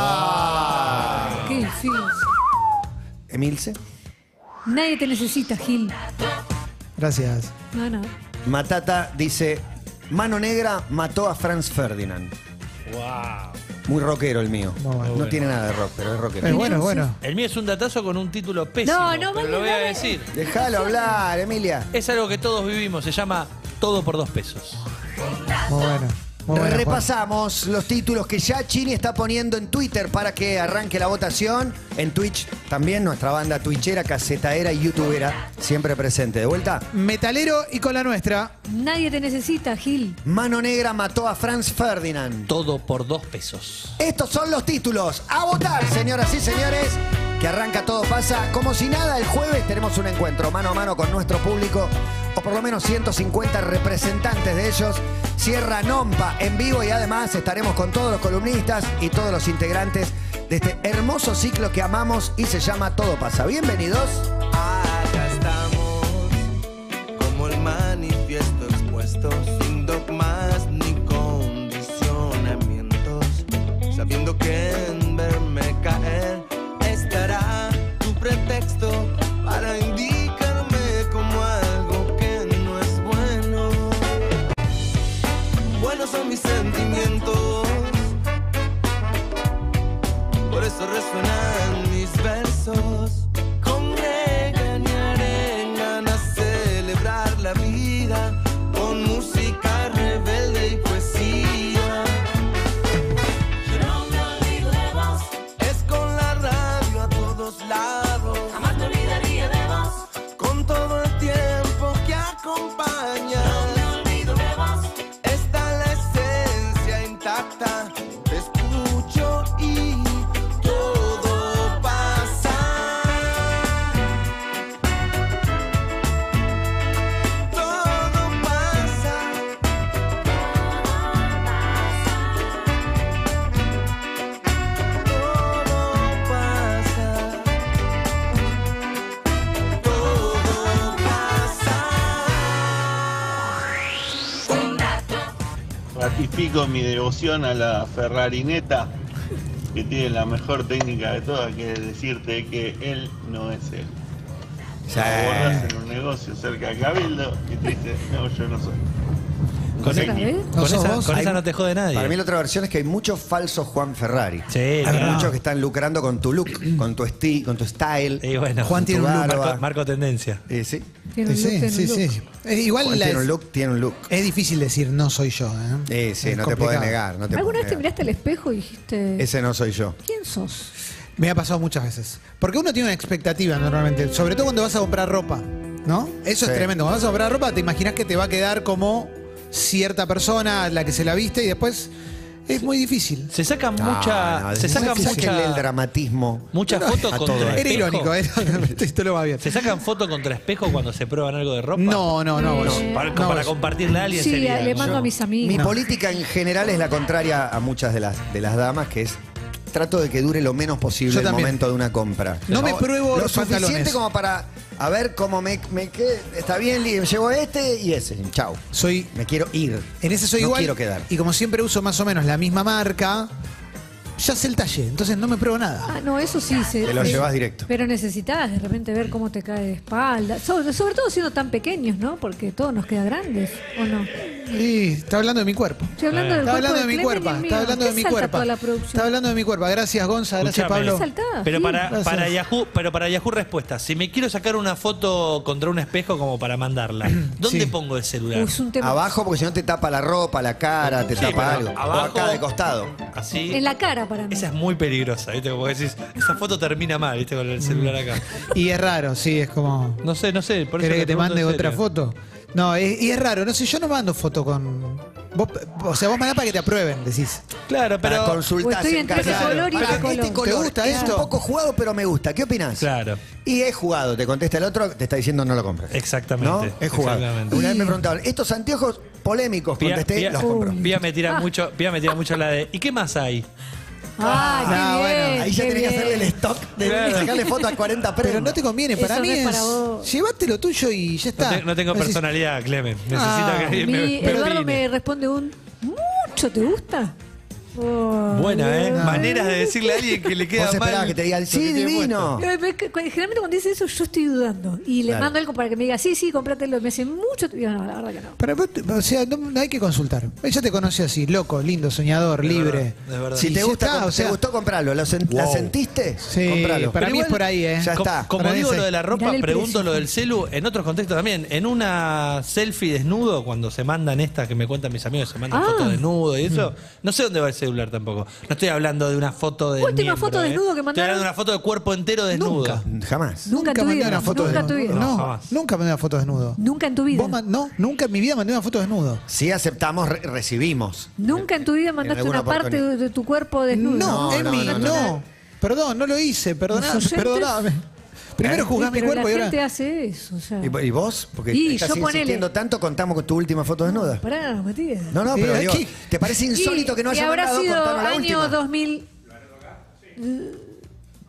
¡Upa!
Qué difícil.
Emilce.
Nadie te necesita, Gil.
Gracias. Eh,
No, no.
Matata dice: Mano Negra mató a Franz Ferdinand.
Wow.
Muy rockero el mío.
Muy bueno. Eh.
No tiene nada de rock, pero es rockero.
Es bueno, es bueno.
El mío es un datazo con un título pésimo.
No, no,
pero
vale,
lo voy a
vale.
decir.
Déjalo hablar, Emilia.
Es algo que todos vivimos. Se llama Todo por dos pesos.
Muy bueno. Muy bueno,
Repasamos los títulos que ya Chini está poniendo en Twitter para que arranque la votación. En Twitch también, nuestra banda twitchera, casetaera y youtubera, siempre presente. De vuelta,
Juan. Metalero y con la nuestra.
Nadie te necesita, Gil.
Mano Negra mató a Franz Ferdinand.
Todo por dos pesos.
Estos son los títulos. A votar, señoras y señores. Que arranca todo pasa. Como si nada, el jueves tenemos un encuentro mano a mano con nuestro público. O por lo menos 150 representantes de ellos. Sierra Nompa en vivo y además estaremos con todos los columnistas y todos los integrantes de este hermoso ciclo que amamos y se llama Todo pasa. Bienvenidos.
Acá estamos, como el manifiesto expuesto, sin dogmas ni condicionamientos, sabiendo que en verme caer estará tu pretexto para indicarme como algo que no es bueno. Buenos son mis sentimientos, por eso resuenan mis versos. Con reggae y arena a celebrar la vida con música rebelde y poesía. Yo no me olvido de vos, es con la radio a todos lados. Jamás me olvidaría de vos, con todo el tiempo que acompaña. No me olvido de vos, está la esencia intacta. Te escucho y todo pasa. Todo pasa. Todo pasa, todo pasa. Un dato.
Ratifico mi devoción a la Ferrarineta, que tiene la mejor técnica de todas, que es decirte que él no es él.
Sí.
Abordás en un negocio cerca de Cabildo y te dice, no, yo no soy.
Con,
¿Otra vez?
¿No
con
sos
esa,
vos?
con
Hay-
esa no te jode nadie.
Para mí la otra versión es que hay muchos falsos Juan Ferrari.
Sí,
hay
claro.
muchos que están lucrando con tu look, con tu, esti- con tu style.
Y bueno,
Juan tiene un look.
Marco,
barba.
Marco tendencia.
Eh, sí.
Tiene un look, tiene un
sí,
look.
sí. Eh, Igual
Juan
la-
tiene un look, tiene un look.
es difícil decir no soy yo. ¿eh?
Eh, sí,
Es
no te
complicado.
puedo negar. No te
¿Alguna
puedo
vez te
negar.
miraste al espejo y dijiste,
Ese no soy yo.
¿quién sos?
Me ha pasado muchas veces. Porque uno tiene una expectativa normalmente, sobre todo cuando vas a comprar ropa, ¿no? Eso
Sí.
es tremendo. Cuando vas a comprar ropa, te imaginas que te va a quedar como cierta persona a la que se la viste y después es muy difícil.
Se sacan
No,
mucha.
no,
se
no
sacan
saquen el
mucha,
dramatismo.
mucha foto
a todo
contra
esto.
Era
espejo.
irónico, ¿eh? esto lo va bien.
¿Se sacan foto contra espejo cuando se prueban algo de ropa?
No, no, no. vos.
No,
Para,
No,
para
vos.
compartirle a alguien
Sí,
sería,
le mando
yo-
a mis
Mi
amigos.
política en general es la contraria a muchas de las, de las damas, que es trato de que dure lo menos posible
Yo
el
también.
momento de una compra.
No me pruebo
Lo
los
suficiente
pantalones.
como para a ver cómo me, me quede. Está bien, li- llevo este y ese. Chau.
Soy
Me quiero ir.
En ese soy
No
igual.
quiero quedar.
Y como siempre uso más o menos la misma marca, ya sé el talle, entonces no me pruebo nada.
Ah, no, eso sí. Se,
Te lo
se-
llevas directo.
Pero necesitas de repente ver cómo te cae de espalda. Sobre, sobre todo siendo tan pequeños, ¿no? Porque todo nos queda grandes, ¿o no?
Y está hablando de mi cuerpo.
Estoy hablando del
Está
cuerpo
hablando de
de
mi
Clemen y
cuerpo,
el mío.
está hablando de
¿Qué
mi
salta
cuerpo.
toda la
Está
producción.
hablando de mi cuerpo. Gracias Gonza, gracias
Escuchame.
Pablo.
Salta. Saltá,
Pero
sí.
para,
Gracias.
para Yahoo, pero para Yahoo respuesta, si me quiero sacar una foto contra un espejo como para mandarla, ¿dónde
Sí.
pongo el celular?
Uy, Uh, es un tema.
Abajo, porque si no te tapa la ropa, la cara, te
Sí,
tapa
pero
algo.
abajo-
o acá de costado.
Así.
En la cara para mí.
Esa es muy peligrosa, ¿viste? Como decís, esa foto termina mal, ¿viste? Con el celular
Mm.
acá.
Y es raro, sí, es como.
No sé, no sé. Por eso
¿Querés
le
que te
pregunto
mande
en
otra
serio.
foto? No, es- y es raro, no sé, yo no mando foto con. vos- o sea, vos mandás para que te aprueben, decís.
Claro,
Para
pero.
consultar
Estoy
en
entre
casa.
ese color y
Pará,
ese
Este
color.
color
¿Te gusta
es
esto?
un poco jugado, pero me gusta. ¿Qué opinás?
Claro.
Y es jugado, te contesta el otro, te está diciendo no lo compres.
Exactamente,
¿No? Es jugado.
exactamente.
Una vez me preguntaron, estos anteojos polémicos,
Pía,
contesté,
Pía-
los compro.
Pía me tira mucho, Pía me tira mucho la de. ¿Y qué más hay?
Ah,
No,
qué bien,
bueno,
Ahí ya
qué
tenés que hacerle el
bien.
stock de
Claro.
sacarle foto a 40 prendas.
Pero no te conviene, para
Eso
mí
no es
es.
para vos.
Llévate lo tuyo y ya
No,
está.
te- no tengo
Decís,
personalidad, Clemen. Necesito
Ah,
que alguien
Mi
me, me
Eduardo
opine.
me responde un mucho te gusta. Oh,
Buena, ¿eh?
Dios.
Maneras de decirle a alguien que le queda
Vos esperabas
mal
que te digan,
lo
"Sí,
tiene
divino".
puesto.
Pero es que cu- Generalmente cuando dice eso yo estoy dudando y le
Ah. Claro.
mando algo para que me diga, sí, sí, cómpratelo, me hace mucho... te- y yo, no, la verdad que no.
Para vos, o sea, no, no hay que consultar. Ella te conoció así, loco, lindo, soñador, libre.
verdad, es verdad.
Si
Y
te,
ya
gusta,
está,
com-
o sea,
te gustó, comprarlo. ¿La, sen- la
Wow.
sentiste?
Sí,
compralo.
para
Pero
mí es
igual-
por ahí, ¿eh?
Ya
Co-
está.
Como
Para
digo
ese.
lo de la ropa,
Mirale el
pregunto
precio.
lo del celu en otros contextos también. En una selfie desnudo, cuando se mandan estas que me cuentan mis amigos, se mandan
Ah.
fotos desnudo y
Mm.
eso, no sé dónde va el celular tampoco. No estoy hablando de una foto de.
Última
miembro,
foto
¿eh?
desnudo que
Estoy
mandaron.
hablando de una foto de cuerpo entero desnudo.
Nunca.
Jamás.
Nunca
mandé
tuvieron,
una foto
nunca
desnudo.
tuvieron.
No,
Jamás.
nunca mandé una foto desnudo.
Nunca en tu vida.
Vos man- no, nunca en mi vida mandé una foto desnudo.
Si aceptamos, re- recibimos.
Nunca en tu vida mandaste
Eh, alguna
una parte de,
oportunidad.
de tu cuerpo desnudo.
No,
No,
Emi,
no,
no,
no, no.
Perdón, no lo hice,
¿Los
perdoname,
oyentes?
perdoname. Primero
Sí,
juzgás mi
pero
cuerpo
la
y
gente
ahora.
hace eso, o sea.
¿Y, pues, y vos? Porque
Y
estás
yo ponele-
insistiendo tanto, contamos con tu última foto desnuda.
Pará, Matías.
No, no,
Sí,
pero
¿a
digo,
qué?
¿te parece insólito
Y-
que no haya
y habrá
mandado?
sido
Contanos la
año
última.
2000...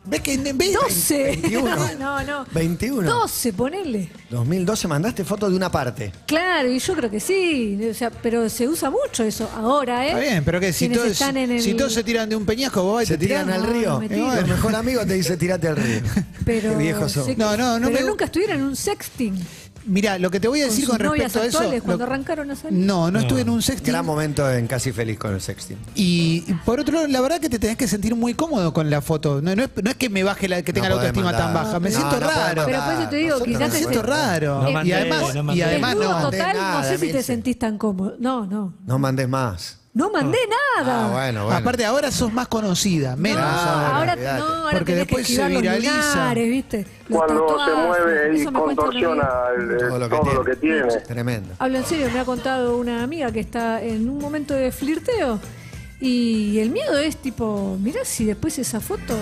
¿Ves que en vez
12.
21.
No, no.
21.
12, ponele.
2012 mandaste foto de una parte.
Claro, y yo creo que sí. O sea, pero se usa mucho eso ahora, ¿eh?
Está bien, pero que si
Quienes
todos,
están en el-
si todos se tiran de un peñasco, vos vas y
Se
te tirás.
tiran al río.
me
Tu
tiro.
mejor amigo te dice tirate al río.
Pero
Qué viejos son.
sé que-
No, no, no
Pero
me-
nunca estuvieron en un sexting.
Mira, lo que te voy a
Con
decir
sus
con,
novias
respecto a eso.
actuales,
lo-
cuando arrancaron a salir.
No, no estuve en un sexting.
Gran momento en Casi Feliz con el sexting.
Y y por otro lado, la verdad que te tenés que sentir muy cómodo con la foto. No, no es, no es que me baje la que tenga
No
la
podés
autoestima tan
mandar.
baja. Me
No,
siento
no podés
raro.
Pero por eso te digo,
Nosotros
quizás
me
te
siento
sen-
raro.
No
y
mandé,
además,
no mandé.
y además
Desnudo
no.
mandé
total, no
nada,
sé si te
Emilce.
sentís tan cómodo. No, no.
No mandes más.
No mandé nada.
Ah, bueno, bueno.
Aparte, ahora sos más conocida,
No,
menos.
ahora,
ahora,
olvidate.
no, ahora
Porque
tenés que
después se
esquivar los
viraliza.
lunares, ¿viste? Los
Cuando se
tatuajes,
mueve y
eso me cuenta una
contorsiona
amiga.
el- el- todo lo que, tiene.
Tremendo.
Hablo en serio, me ha contado una amiga que está en un momento de flirteo y el miedo es tipo, mirá si después esa foto...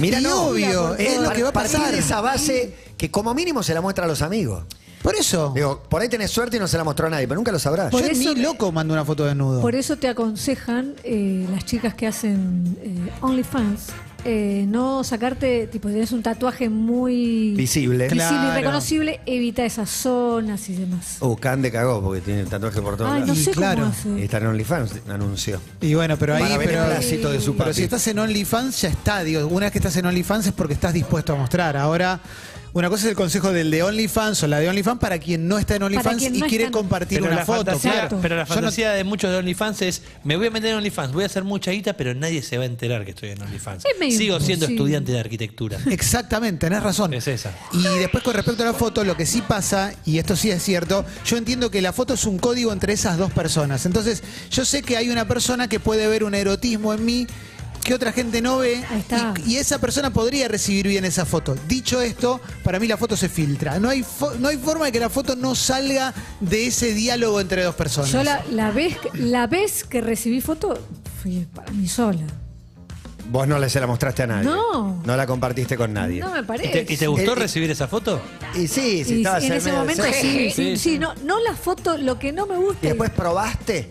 Mira,
Ah, Y
no.
obvio,
Partir-
es lo que va a
partir
pasar.
de esa base que como mínimo se la muestra a los amigos.
Por eso.
Digo, por ahí tenés suerte y no se la mostró a nadie, pero nunca lo sabrás.
Por
yo
eso-
ni loco mando una foto desnudo.
Por eso te aconsejan eh, las chicas que hacen eh, OnlyFans eh, no sacarte, tipo, si tienes un tatuaje muy
Visible.
visible
Claro.
y reconocible, evita esas zonas y demás.
Uh, Cande cagó porque tiene tatuaje por todos
Ay, no
lados.
Y
sé
claro.
cómo hace.
Está en OnlyFans, anunció.
Y bueno, pero ahí.
Para
Pero,
beneplácito de su
pero
papi.
si estás en OnlyFans, ya está. Digo, una vez que estás en OnlyFans es porque estás dispuesto a mostrar. Ahora. Una cosa es el consejo del de OnlyFans o la de OnlyFans para quien no está en OnlyFans
quien
y
no
quiere
está en-
compartir
Pero
una
la,
foto.
fantasía,
claro.
pero la
Yo no-
fantasía de muchos de OnlyFans es: me voy a meter en OnlyFans, voy a hacer mucha guita, pero nadie se va a enterar que estoy en OnlyFans.
Es medio
Sigo siendo
imposible.
estudiante de arquitectura.
Exactamente, tenés razón.
Es esa.
Y después con respecto a la foto, lo que sí pasa, y esto sí es cierto, yo entiendo que la foto es un código entre esas dos personas. Entonces, yo sé que hay una persona que puede ver un erotismo en mí que otra gente no ve
Ahí está.
y, y esa persona podría recibir bien esa foto. Dicho esto, para mí la foto se filtra. No hay, fo- no hay forma de que la foto no salga de ese diálogo entre dos personas.
Yo la, la vez, que- la vez que recibí foto fui para mí sola.
Vos no le- se la mostraste a nadie.
No.
No la compartiste con nadie.
No me
¿Y
parece.
te, y te gustó
Eh, eh.
recibir esa foto?
Y sí, sí,
Y
estaba
en ese momento sí, sí,
Sí,
sí,
sí.
no, no la foto, lo que no me gusta.
Y después probaste.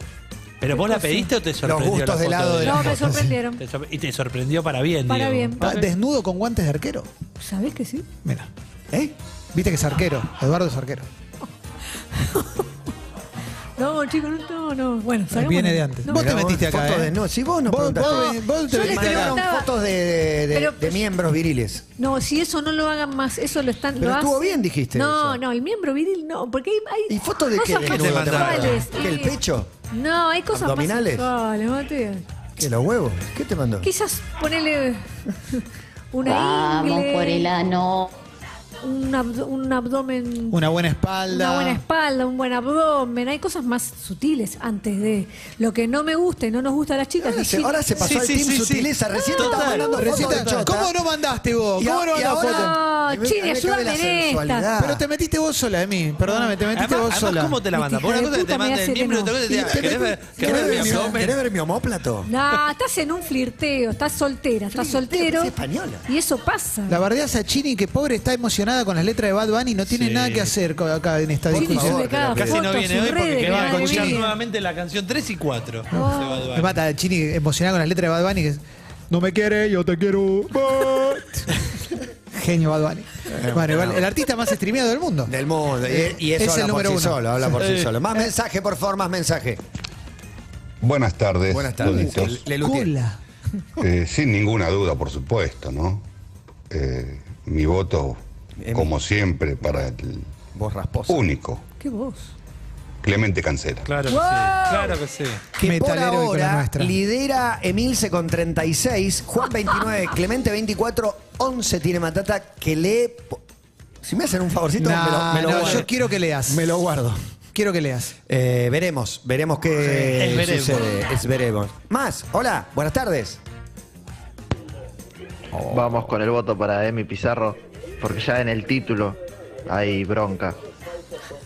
¿Pero vos la pediste o te sorprendió?
gustos
la
de
foto
lado de
no,
las
me sorprendieron.
Te sor- Y te sorprendió para bien,
Para
digo.
bien.
Ah, Desnudo con guantes de arquero.
¿Sabés que sí?
Mira,
¿Eh?
viste que es arquero. Eduardo es arquero.
No, chicos, no, no, no. Bueno, salgamos
Viene de antes. Vos te
Mirá
metiste acá,
Fotos
¿eh?
de no, si vos no
Vos-
preguntaste.
vos- vos te
Yo
Te
les
metiste acá.
mandaron
preguntaba-
fotos de, de- de-
Pero-
de miembros viriles.
No, si eso no lo hagan más, eso lo están.
Pero
lo
estuvo
hacen.
bien, dijiste
No,
eso.
no, el miembro viril no, porque hay. hay
¿Y fotos de qué?
cosas
¿De
más
nudo te
mandaron?
sexuales,
¿Del
eh.
pecho?
No, hay cosas
¿Abdominales?
más sexuales, Matías.
¿Qué, los huevos? ¿Qué te mandó?
Quizás ponele una
Vamos
ingle,
por el ano.
un, abdo- un abdomen,
Una buena espalda.
una buena espalda, un buen abdomen. Hay cosas más sutiles antes de lo que no me gusta y no nos gusta a las chicas.
Ahora
ni
se,
chic-
ahora se pasó
Sí,
al
sí,
Team
sí, sí.
Sutileza. Recién
Total.
estamos hablando de
Recién
fotos de
te-
chota.
¿Cómo no mandaste vos?
Y a-
¿Cómo no
y
mandaste
ahora-
foto?
No,
A mí-
Chini,
a mí me cabe la
ayúdame en
sensualidad.
esta.
Pero te metiste vos sola de mí. Perdóname, te metiste
Además,
vos
además,
sola.
¿cómo te la
Este
mandan?
hijo
Por una
de
cosa te
puta me
mandan
hace
el miembro y otra
que
cosa
Y
te
te-
¿Querés ver- querés
¿Querés
ver mi
ver mi-
abdomen?
¿Querés ver mi homóplato?
No, estás en un flirteo, estás soltera, estás
Flirteo,
soltero.
es española.
Y eso pasa.
La bardeás a Chini, que pobre está emocionada con las letras de Bad Bunny y no tiene
Sí.
nada que hacer co- acá en esta
Por
Chini
discusión.
favor,
sube cada
pero
Casi
foto
no
a
viene
sus
hoy porque
redes,
quería
madre
escuchar
mía.
nuevamente la canción 3 y 4.
Me mata a Chini emocionada con las letras de Bad Bunny, que es, no me quiere, yo te quiero. Bad". Genio Bad Bunny. Bueno, igual, el artista más streameado del mundo.
Eh, Del mundo. Y, y eso
Es
habla por
el
sí
número uno.
solo. Habla por sí
Eh.
solo. Más mensaje, por favor, más mensaje.
Buenas tardes.
Buenas tardes.
Donizios.
Le- Lelutier.
Cula.
Eh, sin ninguna duda, por supuesto, ¿no? Eh, mi voto,
Emi.
como siempre, para el
Vos rasposa.
único,
¿Qué vos?
Clemente Cancela.
Claro que
Wow.
sí. Claro que sí.
Que por
Metalero y con la
ahora
nuestra.
lidera Emilce con 36, Juan 29, Clemente 24, 11 tiene Matata que lee... po- Si me hacen un favorcito, me lo,
Nah,
me lo
no,
guardo.
yo quiero que leas.
Me lo guardo.
Quiero que leas.
Eh, veremos, veremos
Sí, es
qué
veremos.
sucede. Es veremos. Más, hola, buenas tardes.
Oh. Vamos con el voto para Emi Pizarro, porque ya en el título hay bronca.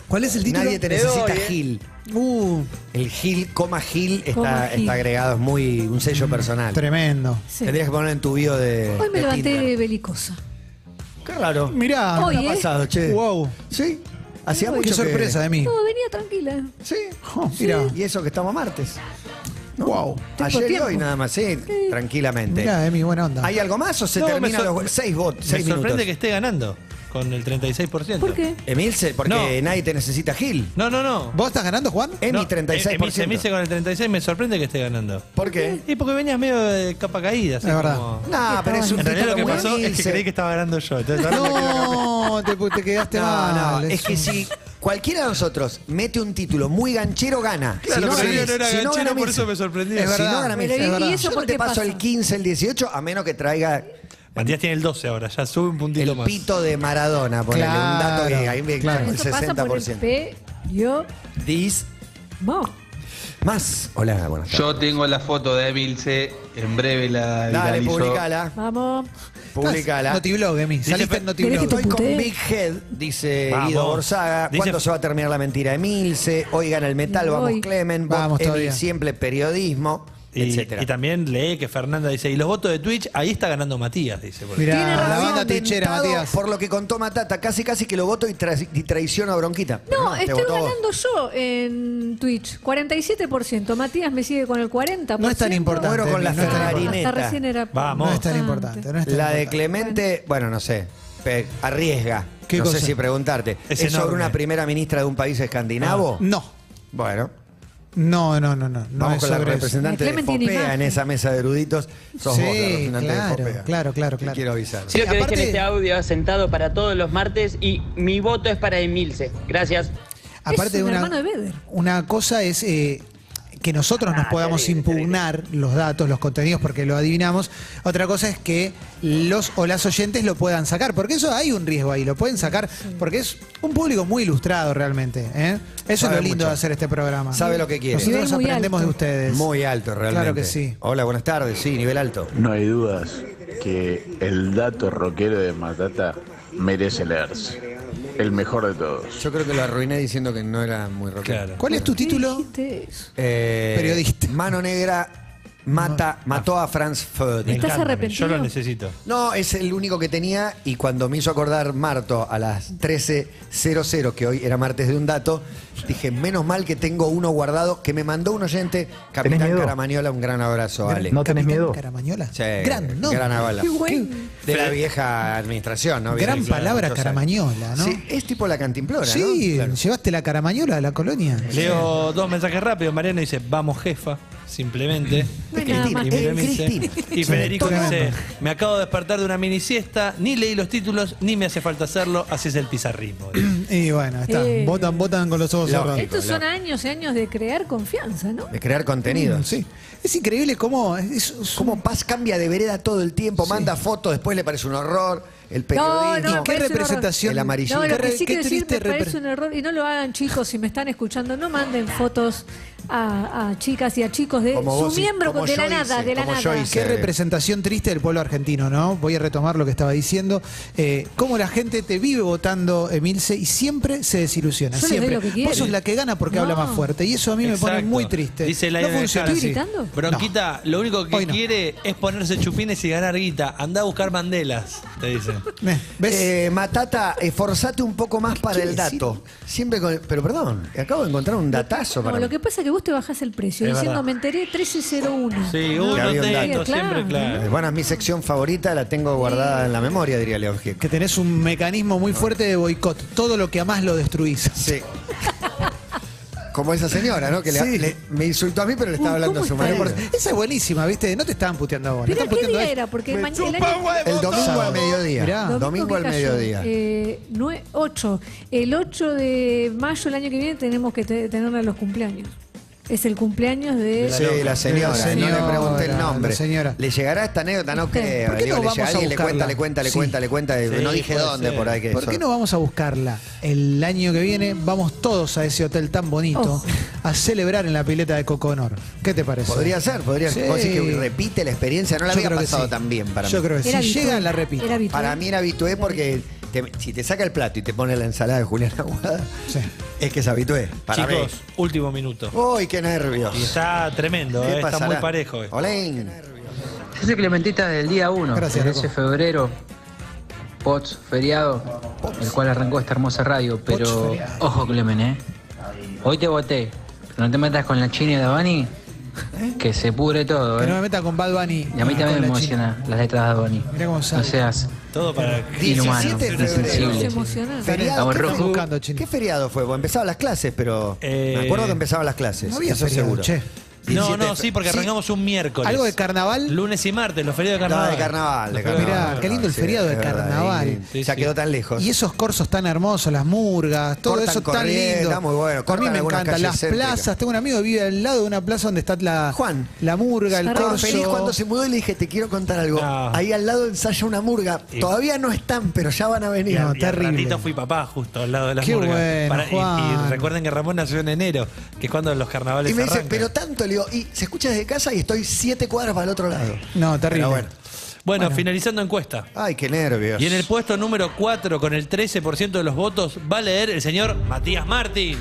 ¿Cuál es el título?
Nadie te necesita
¿eh?
Gil.
Uh,
El Gil, coma Gil, está,
Coma Gil.
está agregado, es muy un sello personal.
tremendo.
Sí.
Tendrías que poner en tu bio de.
Hoy me
de
levanté
Tinder.
belicosa.
Claro.
Mirá.
Hoy,
¿Qué
¿eh?
ha pasado, che?
Wow.
Sí. Hacía
Qué
mucho que-
sorpresa de mí.
No, venía tranquila.
Sí.
Oh, mirá.
Y eso que estamos martes.
Wow.
Ayer y
tiempo.
hoy nada más, sí, tranquilamente.
Mirá, Emi, buena onda.
¿Hay algo más o se
No, me
terminan
sor-
los seis votos?
Me
Seis
sorprende que
minutos.
esté ganando con el 36%.
¿Por qué?
Emilce, porque nadie te necesita Gil.
No, no, no.
¿Vos estás ganando, Juan?
Emi,
No, eh,
36%.
Emi- Emi con el 36 me sorprende que esté ganando.
¿Por qué?
Y porque venías medio de capa caída. Así
Es verdad.
como-
No, pero es un
En realidad
título
lo que
muy
pasó es que
Emilce.
creí que estaba ganando yo. Entonces ahora me quedo acá.
No, te, te quedaste
No,
mal.
no, es que si cualquiera de nosotros mete un título muy ganchero, gana.
Claro,
si no,
pero
gana Messi.
yo no eh, era
Si
ganchero,
gana
por
Messi.
eso me sorprendí.
Es
Es
verdad.
verdad.
Si no gana
Pero
Messi,
¿y-
es verdad.
y eso
Yo no
por
te
qué
paso el
pasa?
15, el 18, a menos que traiga
Matías tiene el 12 ahora, ya sube un puntito
el
más.
pito de Maradona. Ponele un dato que
Claro,
ahí me
claro.
el
Eso pasa por el
60%.
P, yo,
Dis
vos.
más. Hola, buenas tardes.
Yo tengo la foto de Emilce, en breve la
Dale,
viralizo.
publicala.
Vamos.
Publicala.
Notiblog, Emi. Saliste en
¿Querés que
Notiblog.
te
Estoy con
putee?
Big Head, dice
Vamos.
Guido Borzaga.
Dice-
¿Cuándo se va a terminar la mentira de Milce? Hoy gana el metal,
Me
vamos
voy.
Clemen,
Vamos
vamos
todavía.
siempre periodismo,
Y,
etcétera.
y también lee que Fernanda dice, y los votos de Twitch, ahí está ganando Matías, dice. por
Mirá,
ejemplo.
Tiene
la
razón,
banda twitchera,
tentado
Matías.
Por lo que contó Matata, casi casi que lo voto y, tra- y traiciono a Bronquita. Pero
No,
te
estoy
votó vos.
ganando yo en Twitch. 47%. Matías me sigue con el 40%.
No es tan importante.
Muero con la
no es tan
Hasta
Ferrarineta.
recién era.
Vamos.
No es tan importante. No es tan
La de
importante.
Clemente, bueno, no sé, pe- arriesga.
¿Qué
no sé
cosa?
si preguntarte. ¿Es,
Es enorme.
sobre una primera ministra de un país escandinavo?
Ah, No.
Bueno,
No, no, no, no. no
vamos
es
con la
sobre eso.
representante de
La Clemente tiene
Fopea en
imagen.
esa mesa de eruditos. Sos
Sí,
vos la representante
claro,
de Fopea.
claro, claro,
Te
claro.
quiero avisar.
Sí, aparte,
este audio sentado para todos los martes y mi voto es para Emilce. Gracias.
aparte
Es un
una,
hermano de Beder.
una cosa es eh, que nosotros
Ah,
nos podamos impugnar los datos, los contenidos, porque lo adivinamos. Otra cosa es que los o las oyentes lo puedan sacar, porque eso hay un riesgo ahí, lo pueden sacar, porque es un público muy ilustrado realmente. ¿eh? Eso
Sabe
es lo lindo
mucho.
de hacer este programa.
Sabe lo que quiere.
Nivel
Nosotros
muy
aprendemos
alto.
de ustedes.
Muy alto, realmente.
Claro que sí.
Hola, buenas tardes. Sí, nivel alto.
No hay dudas que el dato rockero de Matata merece leerse. El mejor de todos.
Yo creo que lo arruiné diciendo que no era muy rockero.
Claro.
¿Cuál es tu título?
Dijiste eso.
Eh,
Periodista.
Mano Negra mata, mató a Franz
Me
Ferdinand.
¿Estás
encanta,
arrepentido?
Yo lo necesito.
No, es el único que tenía y cuando me hizo acordar Marto a las 13.00, que hoy era martes de un dato, dije, menos mal que tengo uno guardado que me mandó un oyente, Capitán
miedo?
Caramañola, un gran abrazo, Ale.
No tenés
Capitán
miedo.
Caramañola.
Sí,
gran, ¿no?
gran avala.
Qué bueno.
De la vieja administración, ¿no?
Gran
Viene-
palabra
muchos años.
caramañola, ¿no?
Sí, es tipo la cantimplora,
Sí,
¿no? Claro.
llevaste la caramañola a la colonia.
Leo dos mensajes rápidos. Mariano dice, vamos jefa, simplemente.
No hay
Y-
nada
y
más.
Miriam
Eh,
dice-
Cristina.
Y Federico
Tremendo.
dice, me acabo de despertar de una mini siesta, ni leí los títulos, ni me hace falta hacerlo, así es el pizarrismo.
Y bueno, está.
Eh.
Votan, votan con los ojos
Lógico.
cerrados.
Estos son años y años de crear confianza, ¿no?
De crear contenido.
Mm, Sí. Es increíble cómo. Es, es un-
Como Paz cambia de vereda todo el tiempo, manda fotos, después le parece un horror. El periodismo.
no,
¿Qué
parece un
representación?
horror. El amarillo.
No,
qué
lo que
re-
sí
qué
quiero decir,
triste
me parece
repre-
un error, y no lo hagan chicos, si me están escuchando, no manden fotos a, a chicas y a chicos de
Como
su
vos y-
miembro
como
de
yo
la nada,
hice,
de la
como
nada.
yo hice.
Qué representación triste del pueblo argentino, ¿no? Voy a retomar lo que estaba diciendo. Eh, cómo la gente te vive votando, Emilce, y siempre se desilusiona.
Yo les doy
siempre.
lo que
Vos
quieren.
sos la que gana porque
No.
habla más fuerte. Y eso a mí me pone
Exacto.
muy triste.
Dice la
no
Ida de
funciona
Jara,
así.
¿Estoy gritando?
Bronquita, lo único que
Hoy no.
quiere es ponerse chupines y ganar guita. Anda a buscar mandelas, te dice.
Eh, ¿Ves?
Eh, Matata, esforzate un poco más para el dato. Siempre con. Pero perdón, acabo de encontrar un datazo
No,
para.
lo que pasa es que vos te bajás el precio
Es
diciendo,
verdad.
me enteré 1301.
Sí,
No,
uno
había un
tengo,
dato.
siempre
Claro.
claro.
Eh, Bueno, mi sección favorita la tengo guardada en la memoria, diría León Gieco.
Que tenés un mecanismo muy fuerte de boicot. Todo lo que amás lo destruís.
Sí. Como esa señora, ¿no? Que le-
Sí.
le- me insultó a mí, pero le
Uy,
estaba hablando a
¿cómo
su
está
marido.
él?
Esa es buenísima, ¿viste? No te estaban puteando a vos.
Mirá
no
qué
están puteando a este.
día
él.
era, porque
Me
ma- el
chupa
año-
huevo
El domingo
todo.
al mediodía.
Mirá.
Domingo, al
que cayó,
mediodía.
Eh, 8. El 8 de mayo del año que viene tenemos que te- tenerla en los cumpleaños. Es el cumpleaños de...
Sí, la señora,
La señora,
no le pregunté el
la
nombre.
señora.
¿Le llegará esta anécdota? No
¿Por qué
creo. Digo,
no
le
vamos
llega
a
alguien, le cuenta,
buscarla?
le cuenta, le
Sí.
cuenta, le cuenta. de-
Sí,
no dije
puede
dónde,
ser.
por ahí que
¿Por qué no vamos a buscarla el año que viene? Vamos todos a ese hotel tan bonito
Ojo.
a celebrar en la pileta de Coconor. ¿qué te parece?
Podría ser, podría ser.
Sí.
Vos decís que repite la experiencia, no la
Yo
había
creo que
pasado
sí.
tan bien para
Yo
mí.
creo que
Era
si
habitual.
llega, la repito.
Era habitual.
Para mí era habitué porque te- si te saca el plato y te pone la ensalada de Julián Aguada,
Sí.
es que es habitué. Para
Chicos, último minuto.
mí. Uy, qué nervios.
Y está tremendo,
¿Qué
eh, está
pasará?
muy parejo. esto.
Olén.
Yo soy Clementita del día 1,
Gracias,
el 13 de
Rocco.
febrero, POTS, feriado, el cual arrancó esta hermosa radio,
Pots,
pero
feriado.
ojo Clemen, ¿eh? Hoy te voté, pero no te metas con la China y la Bani, que se pudre todo,
¿Eh? Que no me
¿eh?
meta con Bad Bunny.
Y a mí
ah,
también
con
me
la
emociona las letras de Bani.
Mirá cómo
No
sale.
seas
Todo para...
inhumano,
17 de febrero.
Se
insensible.
emocionaron.
Feriado,
Estamos
¿qué,
rojos.
Buscando, Chino.
¿Qué feriado fue? Bueno, empezaban las clases, pero.
Eh,
me acuerdo que empezaban las clases.
no había
eso
feriado,
seguro.
che.
No,
17 de
no,
fe-
sí, porque arrancamos un miércoles.
¿Algo de carnaval?
Lunes y martes, los feriados de
No,
carnaval.
de carnaval, de
Los
carnaval.
feriados-
Mirá, qué lindo el feriado de
es verdad,
carnaval.
y-
Sí,
ya
sí.
quedó tan lejos.
Y esos corsos tan hermosos, las murgas, todo
Cortan
eso tan
corriente,
lindo.
está muy bueno,
A mí
cortan
me
algunas
encanta.
calles
Las
céntricas.
plazas, tengo un amigo que vive al lado de una plaza donde está la,
Juan.
la murga, el
Estaba
Estaba
corso.
feliz cuando se mudó y le dije, te quiero contar algo.
No.
Ahí al lado ensaya una murga.
Y-
Todavía no están, pero ya van a venir.
No,
Y al
terrible.
ratito fui papá justo al lado de las
Qué
murgas.
bueno,
y- y,
Juan.
recuerden que Ramón nació en enero, que es cuando los carnavales
y me dice,
arrancan.
pero tanto, le digo, y se escucha desde casa y estoy siete cuadras para el otro lado.
No, terrible.
Pero bueno.
Bueno, finalizando encuesta.
Ay, qué nervios.
Y en el puesto número 4, con el 13% de los votos, va a leer el señor Matías Martín.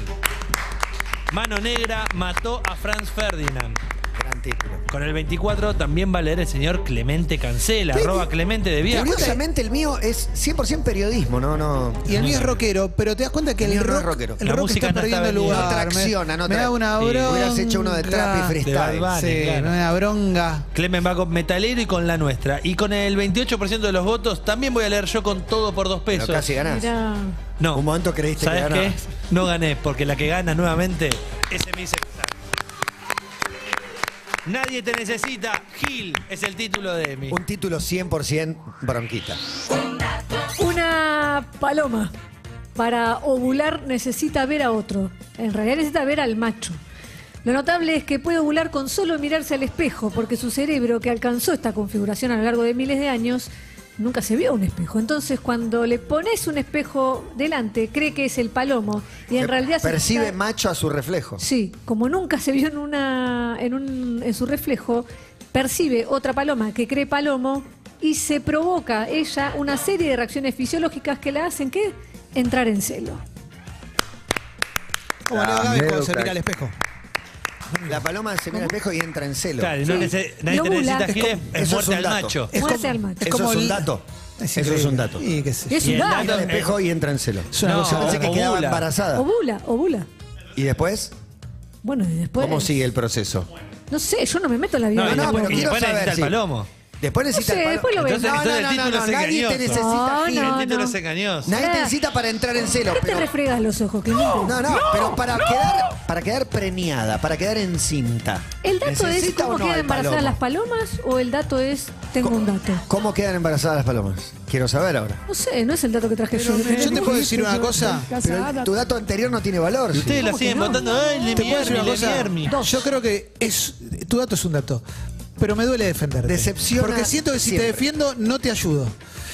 Mano Negra mató a Franz Ferdinand.
Gran título.
Con el 24 también va a leer el señor Clemente Cancela, arroba Clemente de Vía.
Curiosamente el mío es 100% periodismo, no, no.
Y el mío es rockero, pero te das cuenta que
El
el,
mío no
rock,
es rockero.
el
La
rock
música
está
no está
perdiendo
vendiendo.
lugar.
No tracciona, no
me, me da
tra-
una
Sí.
bronca.
Hubieras hecho uno de trap y freestyle.
De Bad Bunny,
Sí,
claro.
me da bronca.
Clemen va con Metalero y con la nuestra. Y con el 28% de los votos también voy a leer yo con todo por dos
Pero
pesos.
casi ganás.
Mirá.
No.
Un momento creíste
¿Sabes
que ganabas.
qué? No gané, porque la que gana nuevamente es Emilce González. Nadie te necesita, Gil, es el título de Emi.
Un título 100% bronquita.
Una paloma para ovular necesita ver a otro. En realidad necesita ver al macho. Lo notable es que puede ovular con solo mirarse al espejo, porque su cerebro, que alcanzó esta configuración a lo largo de miles de años, nunca se vio un espejo. Entonces, cuando le pones un espejo delante, cree que es el palomo y en
Se
realidad se
Percibe
está-
macho a su reflejo.
Sí, como nunca se vio en una en, un, en su reflejo, percibe otra paloma que cree palomo y se provoca ella una serie de reacciones fisiológicas que la hacen ¿qué? entrar en celo.
Como
Ah,
Leo Gávez cuando se mira al espejo.
La paloma se mira al espejo y entra en celo.
Claro, y no Sí. nece- nadie te
Ovula.
necesita
Es
giles,
como-
es
eso
muerte
un
al
dato.
macho.
Es
Muerte
como-
al macho.
Eso es
como
un
el-
dato.
Es
eso es un
increíble.
dato.
Y qué sé yo.
Es un
el
Mira
dato.
al espejo y entra en celo.
Es una
No,
Yo pensé que quedaba
ovula.
embarazada.
Ovula, ovula.
¿Y después?
Bueno, y después.
¿Cómo sigue el proceso?
No sé, yo no me meto en la vida.
No, y
no,
después-
pero
y
quiero
después
saber
necesita el
si-
palomo.
Después necesita
sé,
el palo-
después lo veo.
Entonces,
No,
entonces
no,
el
no,
título
no,
es
nadie te
engañoso.
necesita
No,
gil.
no.
el título es engañoso.
Nadie te necesita para entrar en celo.
¿Qué te
pero-
refregas los ojos, Clemente?
No, no, pero para quedar para quedar preñada, para quedar en cinta.
¿El dato es
¿necesita o
cómo
no
quedan
al
embarazadas
palomo?
las palomas o el dato es tengo un dato?
¿Cómo quedan embarazadas las palomas? Quiero saber ahora.
No sé, no es el dato que traje yo.
Yo te puedo decir una cosa.
Pero el- tu dato anterior no tiene valor.
Y ustedes
sí.
la siguen
no?
votando. ¡Ay,
¿Te puedo decir una
Lemiermi,
cosa?
Lemiermi!
Yo creo que es tu dato es un dato, pero me duele defenderte.
Decepciona
Porque siento que si
siempre.
te defiendo no te ayudo.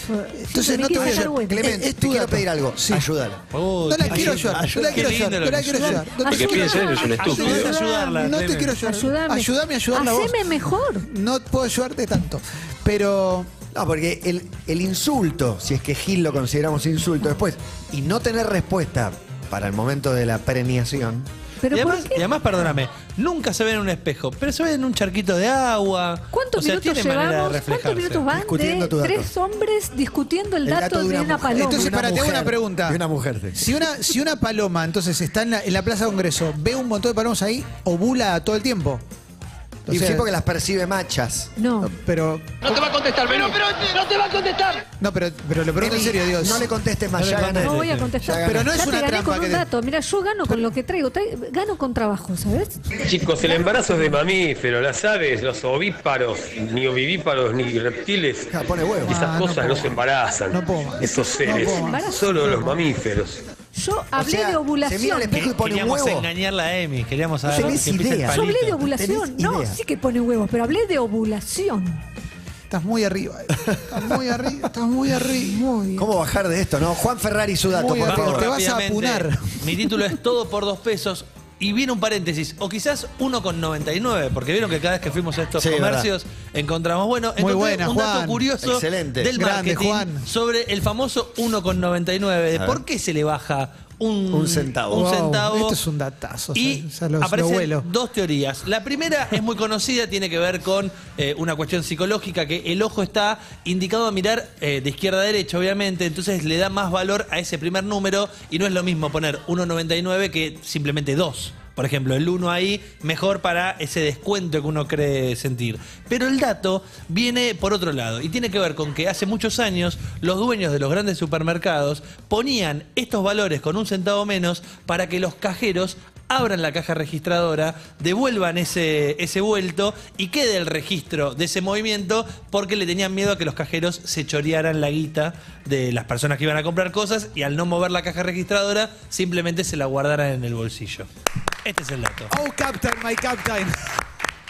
Entonces no te voy a
ayudar.
ayudar.
Clemente,
Es- es
te
tu
quiero
dato.
pedir algo.
Sí.
Ayúdala.
Oh,
No la
qué
quiero
lindo.
ayudar, no la
Qué
quiero
lindo
ayudar,
lo
no la
que-
quiero ayudar. No
Lo que
te-
pide ser es un
estúpido.
Ayúdame,
Ayudarla,
No te
Clemen.
quiero ayudar.
Ayúdame.
Ayúdame a ayudarla vos.
Haceme mejor.
No puedo ayudarte tanto. Pero
No, porque el, el insulto, si es que Gil lo consideramos insulto después, y no tener respuesta para el momento de la premiación,
Pero
y,
¿por
además,
qué?
y además, perdóname, nunca se ve en un espejo, pero se ve en un charquito de agua.
¿Cuántos
o sea,
minutos
tiene manera de
llevamos? ¿Cuántos
reflejarse.
minutos van
Discutiendo tu
de
dato.
tres hombres discutiendo el, dato, de una,
mujer.
paloma?
Entonces,
De
pará, te hago
mujer.
una pregunta.
De una mujer, sí.
si una, si una paloma entonces está en la, en la Plaza de Congreso, ve un montón de palomas ahí, ovula todo el tiempo. O
Y
sea,
sí, porque las percibe machas.
no.
Pero.
No te va a contestar, pero, pero no te va a contestar.
No, pero, pero lo pregunto en
Emi,
serio, Dios.
No le contestes más,
No le
ya
contestes.
No voy a
ganaste.
contestar.
Ya
Pero no es
Ya te
una
gané
trampa
con
que
un
te-
dato. Mira, yo gano con lo que traigo. Tra- Gano con trabajo, ¿sabes?
Chicos, el embarazo es de mamíferos, las aves, los ovíparos, ni ovivíparos, ni reptiles.
Ja, pone huevo.
Esas
Ah, no
cosas no,
puedo.
se embarazan.
No puedo más.
Esos seres.
puedo
más.
Solo los mamíferos.
Yo
O
hablé
sea,
de
Se mira al
ovulación.
espejo y pone un
Queríamos
huevo.
engañarla a Emi, queríamos
No
saber
tenés
si empieza el
idea.
Yo hablé de
palito.
ovulación.
Tenés
No,
idea.
sí que pone huevos, pero hablé de ovulación.
Estás muy arriba. eh. Estás muy arriba. Estás muy arriba.
Muy bien.
¿Cómo bajar de esto, no? Juan Ferrari, su dato,
Muy
por
bien.
Vamos
favor.
Te vas a
rápidamente.
apunar.
Mi título es todo por dos pesos. Y viene un paréntesis, o quizás uno con 99, porque vieron que cada vez que fuimos a estos
Sí,
comercios encontramos, bueno,
Muy
encontré
buena,
un dato
Juan.
curioso
Excelente.
del
Grande,
marketing
Juan.
sobre el famoso 1,99, de
A
por
ver.
qué se le baja un,
Un centavo.
un
Wow,
centavo.
esto es un datazo,
Y
eh, o sea, lo- lo
aparecen
vuelo.
dos teorías. La primera es muy conocida, tiene que ver con eh, una cuestión psicológica, que el ojo está indicado a mirar eh, de izquierda a derecha, obviamente, entonces le da más valor a ese primer número y no es lo mismo poner 1,99 que simplemente 2. Por ejemplo, el 1 ahí, mejor para ese descuento que uno cree sentir. Pero el dato viene por otro lado y tiene que ver con que hace muchos años los dueños de los grandes supermercados ponían estos valores con un centavo menos para que los cajeros abran la caja registradora, devuelvan ese, ese vuelto y quede el registro de ese movimiento porque le tenían miedo a que los cajeros se chorearan la guita de las personas que iban a comprar cosas y al no mover la caja registradora simplemente se la guardaran en el bolsillo. Este es el dato.
Oh, Captain, my Captain.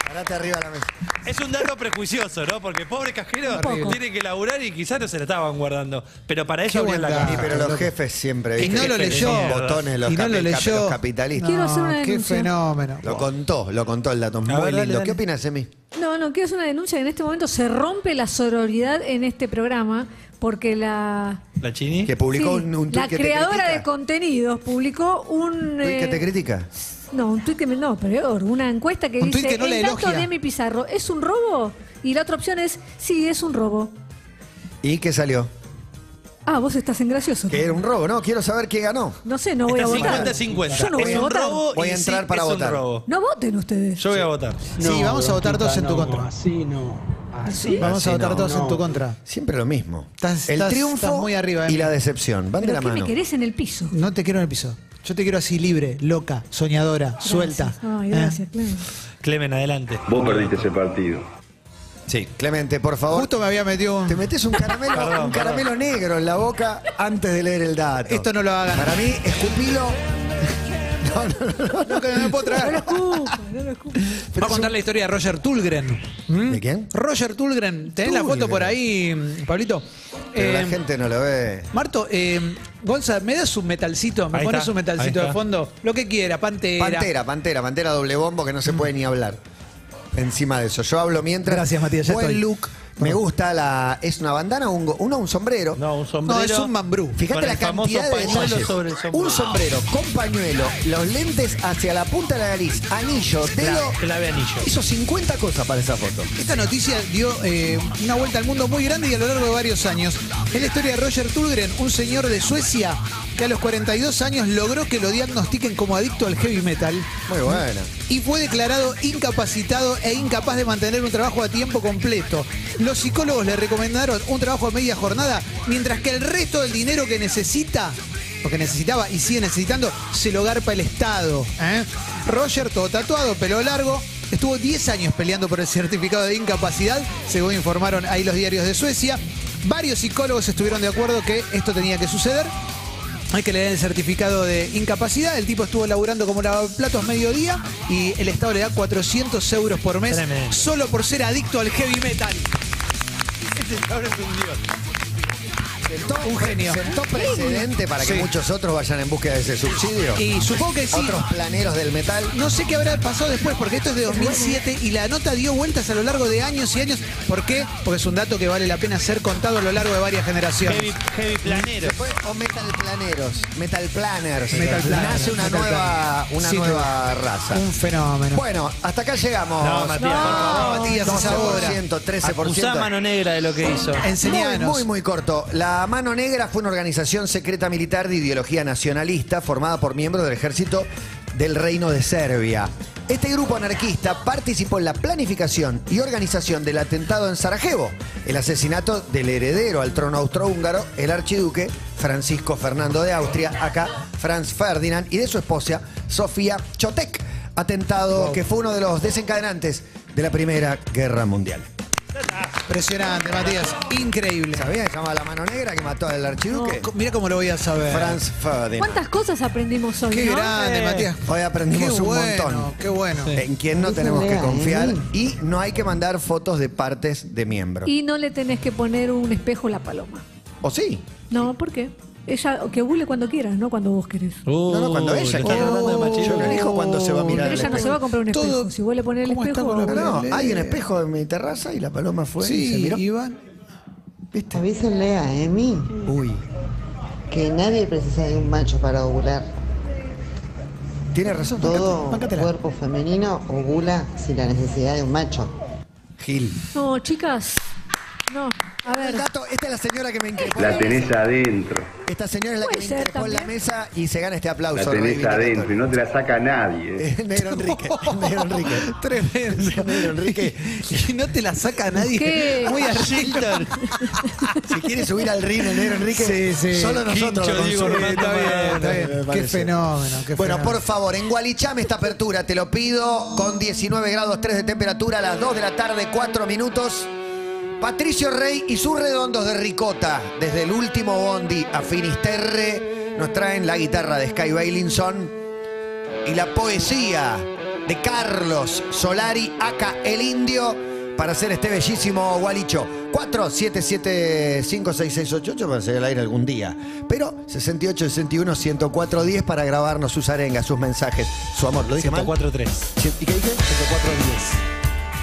Parate arriba de la mesa.
Es un dato prejuicioso, ¿no? Porque pobre cajero
poco.
tiene que laburar y quizás no se la estaban guardando. Pero para eso
Qué
abrieron la
buen
caja.
Sí, pero los jefes siempre.
Y
¿viste?
no lo
Son
leyó.
botones, los
Y no
capi-
lo leyó.
los capitalistas.
Quiero hacer una
qué
denuncia.
fenómeno.
Lo contó, lo contó el dato. Muy
ver, dale,
lindo.
dale.
¿Qué opinas, Emi?
No, no, quiero hacer una denuncia que en este momento se rompe la sororidad en este programa porque la,
¿La Chini?
Que publicó
Sí,
un, un
la
tuit que te
creadora
critica.
de contenidos publicó un
¿Tuit que
eh,
te critica?
no un tweet que me, no peor una encuesta que
Un tuit
dice
que no
el
la
dato
elogia".
de mi Pizarro es un robo y la otra opción es sí es un robo
¿Y qué salió?
ah vos estás en gracioso
Que era un robo, ¿no? Quiero saber qué ganó.
no sé no voy
Está
a votar
50-50.
yo no voy
es
a
un
votar
robo
Voy
y
a entrar
sí,
para
es un
votar.
robo.
no voten ustedes
Yo voy a votar.
sí, vamos a votar dos en tu contra.
Así no.
¿Sí?
Vamos a
Así
votar
no,
todos en tu contra.
Siempre lo mismo.
Estás-
el
estás-
triunfo
estás muy arriba, Emi.
y la decepción. Van de
pero
la
qué me
mano.
querés en el piso
No te quiero en el piso. Yo te quiero así libre, loca, soñadora, suelta.
Gracias. Ay,
¿Eh?
gracias,
Ah.
Clemen.
Clemen, adelante.
Vos perdiste ese partido.
Sí, Clemente, por favor.
Justo me había metido un.
Te metes un caramelo,
Perdón,
un
perdón.
caramelo negro en la boca antes de leer el dato.
Esto no lo hagan.
Para mí, escupilo. No, no, no, no,
no lo puedo tragar.
Pero
Va
es
a contar la historia de Roger Tulgren. ¿Mm?
¿De quién?
Roger Tulgren, ¿tenés la foto
Tulgren.
por ahí, Pablito?
Pero la
Eh,
gente no lo ve.
Marto, eh, Gonza, ¿me das un metalcito? ¿Me
Ahí
pones
está,
un
ahí
metalcito
está.
de fondo? Lo que quiera, pantera.
Pantera, pantera, pantera doble bombo que no se puede ni hablar. Encima de eso. Yo hablo mientras.
Gracias, Matías, ya
Buen
estoy.
look. Me gusta la. ¿Es una bandana o un, go- uno, un sombrero? No,
un sombrero.
No, es un mambrú. Fíjate
Con
la
el famoso
cantidad de
pañuelo
detalles.
sobre el sombrero.
Un sombrero con pañuelo, los lentes hacia la punta de la nariz, anillo, dedo.
Clave, clave anillo.
Hizo 50 cosas para esa foto.
Esta noticia dio eh, una vuelta al mundo muy grande y a lo largo de varios años. Es la historia de Roger Tulgren, un señor de Suecia que a los 42 años logró que lo diagnostiquen como adicto al heavy metal
Muy buena.
y fue declarado incapacitado e incapaz de mantener un trabajo a tiempo completo. Los psicólogos le recomendaron un trabajo a media jornada, mientras que el resto del dinero que necesita, o que necesitaba y sigue necesitando, se lo garpa el Estado. ¿eh? Roger, todo tatuado, pelo largo. Estuvo 10 años peleando por el certificado de incapacidad, según informaron ahí los diarios de Suecia. Varios psicólogos estuvieron de acuerdo que esto tenía que suceder. Hay que le den el certificado de incapacidad. El tipo estuvo laburando como lavaplatos mediodía y el Estado le da 400 euros por mes
Tremendo.
solo por ser adicto al heavy metal. Un genio.
¿Sentó precedente para que
Sí.
muchos otros vayan en búsqueda de ese subsidio?
Y supongo que sí.
Otros planeros del metal.
No sé qué habrá pasado después, porque esto es de 2007 y la nota dio vueltas a lo largo de años y años. ¿Por qué? Porque es un dato que vale la pena ser contado a lo largo de varias generaciones.
Heavy, heavy planero.
Fue- O metal planeros, metal planners.
Metal planner,
Nace una
metal
nueva,
planner.
una
Sin
nueva
duda.
raza.
Un fenómeno.
Bueno, hasta acá llegamos.
No, Matías, por favor.
Matías, es ahora. 13%.
Acusá mano negra de lo que hizo.
Muy,
Enseñanos.
muy, muy corto. La Mano Negra fue una organización secreta militar de ideología nacionalista formada por miembros del ejército del Reino de Serbia. Este grupo anarquista participó en la planificación y organización del atentado en Sarajevo, el asesinato del heredero al trono austrohúngaro, el archiduque Francisco Fernando de Austria, acá Franz Ferdinand, y de su esposa Sofía Chotek, atentado que fue uno de los desencadenantes de la Primera Guerra Mundial.
Impresionante, Matías. Increíble.
¿Sabías que se llama la mano negra que mató al archiduque?
Mira Eh, cómo lo voy a saber.
Franz Ferdinand.
¿Cuántas cosas aprendimos hoy?
Qué
no?
grande,
Eh,
Matías.
Hoy aprendimos
Qué
un
bueno,
montón.
Qué bueno.
En quien no tenemos que confiar y no hay que mandar fotos de partes de miembros.
¿eh? Y no le tenés que poner un espejo a la paloma.
¿O sí?
No, ¿por qué? Ella, que hule cuando quieras, no cuando vos querés.
Oh,
No, no, cuando
Uh,
ella
le
quiere.
están hablando de
Yo
machismo.
no elijo cuando se va a mirar
Pero
al
ella no se
espejo.
va a comprar un espejo.
Todo-
si vos le ponés el
¿Cómo está
espejo,
con la-
No, hay un espejo en mi terraza y la paloma fue y se
Sí,
miró.
Iván. Ah,
Avísenle a Emi
Uy,
que nadie precisa de un macho para ovular.
tiene razón.
Todo
Bancátela.
cuerpo femenino ovula sin la necesidad de un macho.
Gil.
No, chicas. No, a
El
ver.
dato, esta es la señora que me increpó.
La tenés adentro,
Esta señora es la que me
Puede ser
increpó en la mesa y se gana este
la
aplauso.
tenés
reivindicatorio.
adentro y no te la saca nadie. ¿eh?
El negro Enrique, el negro Enrique.
Tremendo.
El negro Enrique.
Y no te la saca nadie.
¿Qué?
Muy arriba.
Si quiere subir al ring el negro Enrique,
Sí, sí.
solo nosotros lo
Quincho, Diego
consumimos. Está
Armando
bien,
Maradona,
está bien, me
me parece.
parece.
fenómeno, qué
Bueno,
fenómeno.
por favor, engualichame esta apertura, te lo pido, con 19 grados 3 de temperatura a las 2 de la tarde, 4 minutos. Patricio Rey y sus redondos de ricota, desde el último bondi a Finisterre, nos traen la guitarra de Sky Bailinson y la poesía de Carlos Solari, acá el indio, para hacer este bellísimo gualicho. 47756688 para salir al aire algún día. Pero 6861-10410 para grabarnos sus arengas, sus mensajes, su amor. ¿Lo dije mal?
104.3.
Sí, ¿Y qué dije? 10410.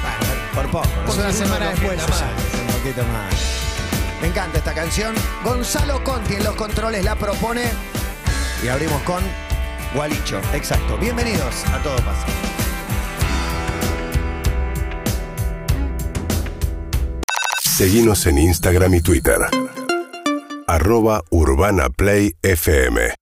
Bueno, por poco. ¿no?
Por una semana
poquito
después,
más,
ya.
un poquito más. Me encanta esta canción. Gonzalo Conti en los controles la propone. Y abrimos con Gualicho. Exacto. Bienvenidos a Todo Pasa.
Seguimos en Instagram y Twitter. Arroba Urbana Play FM.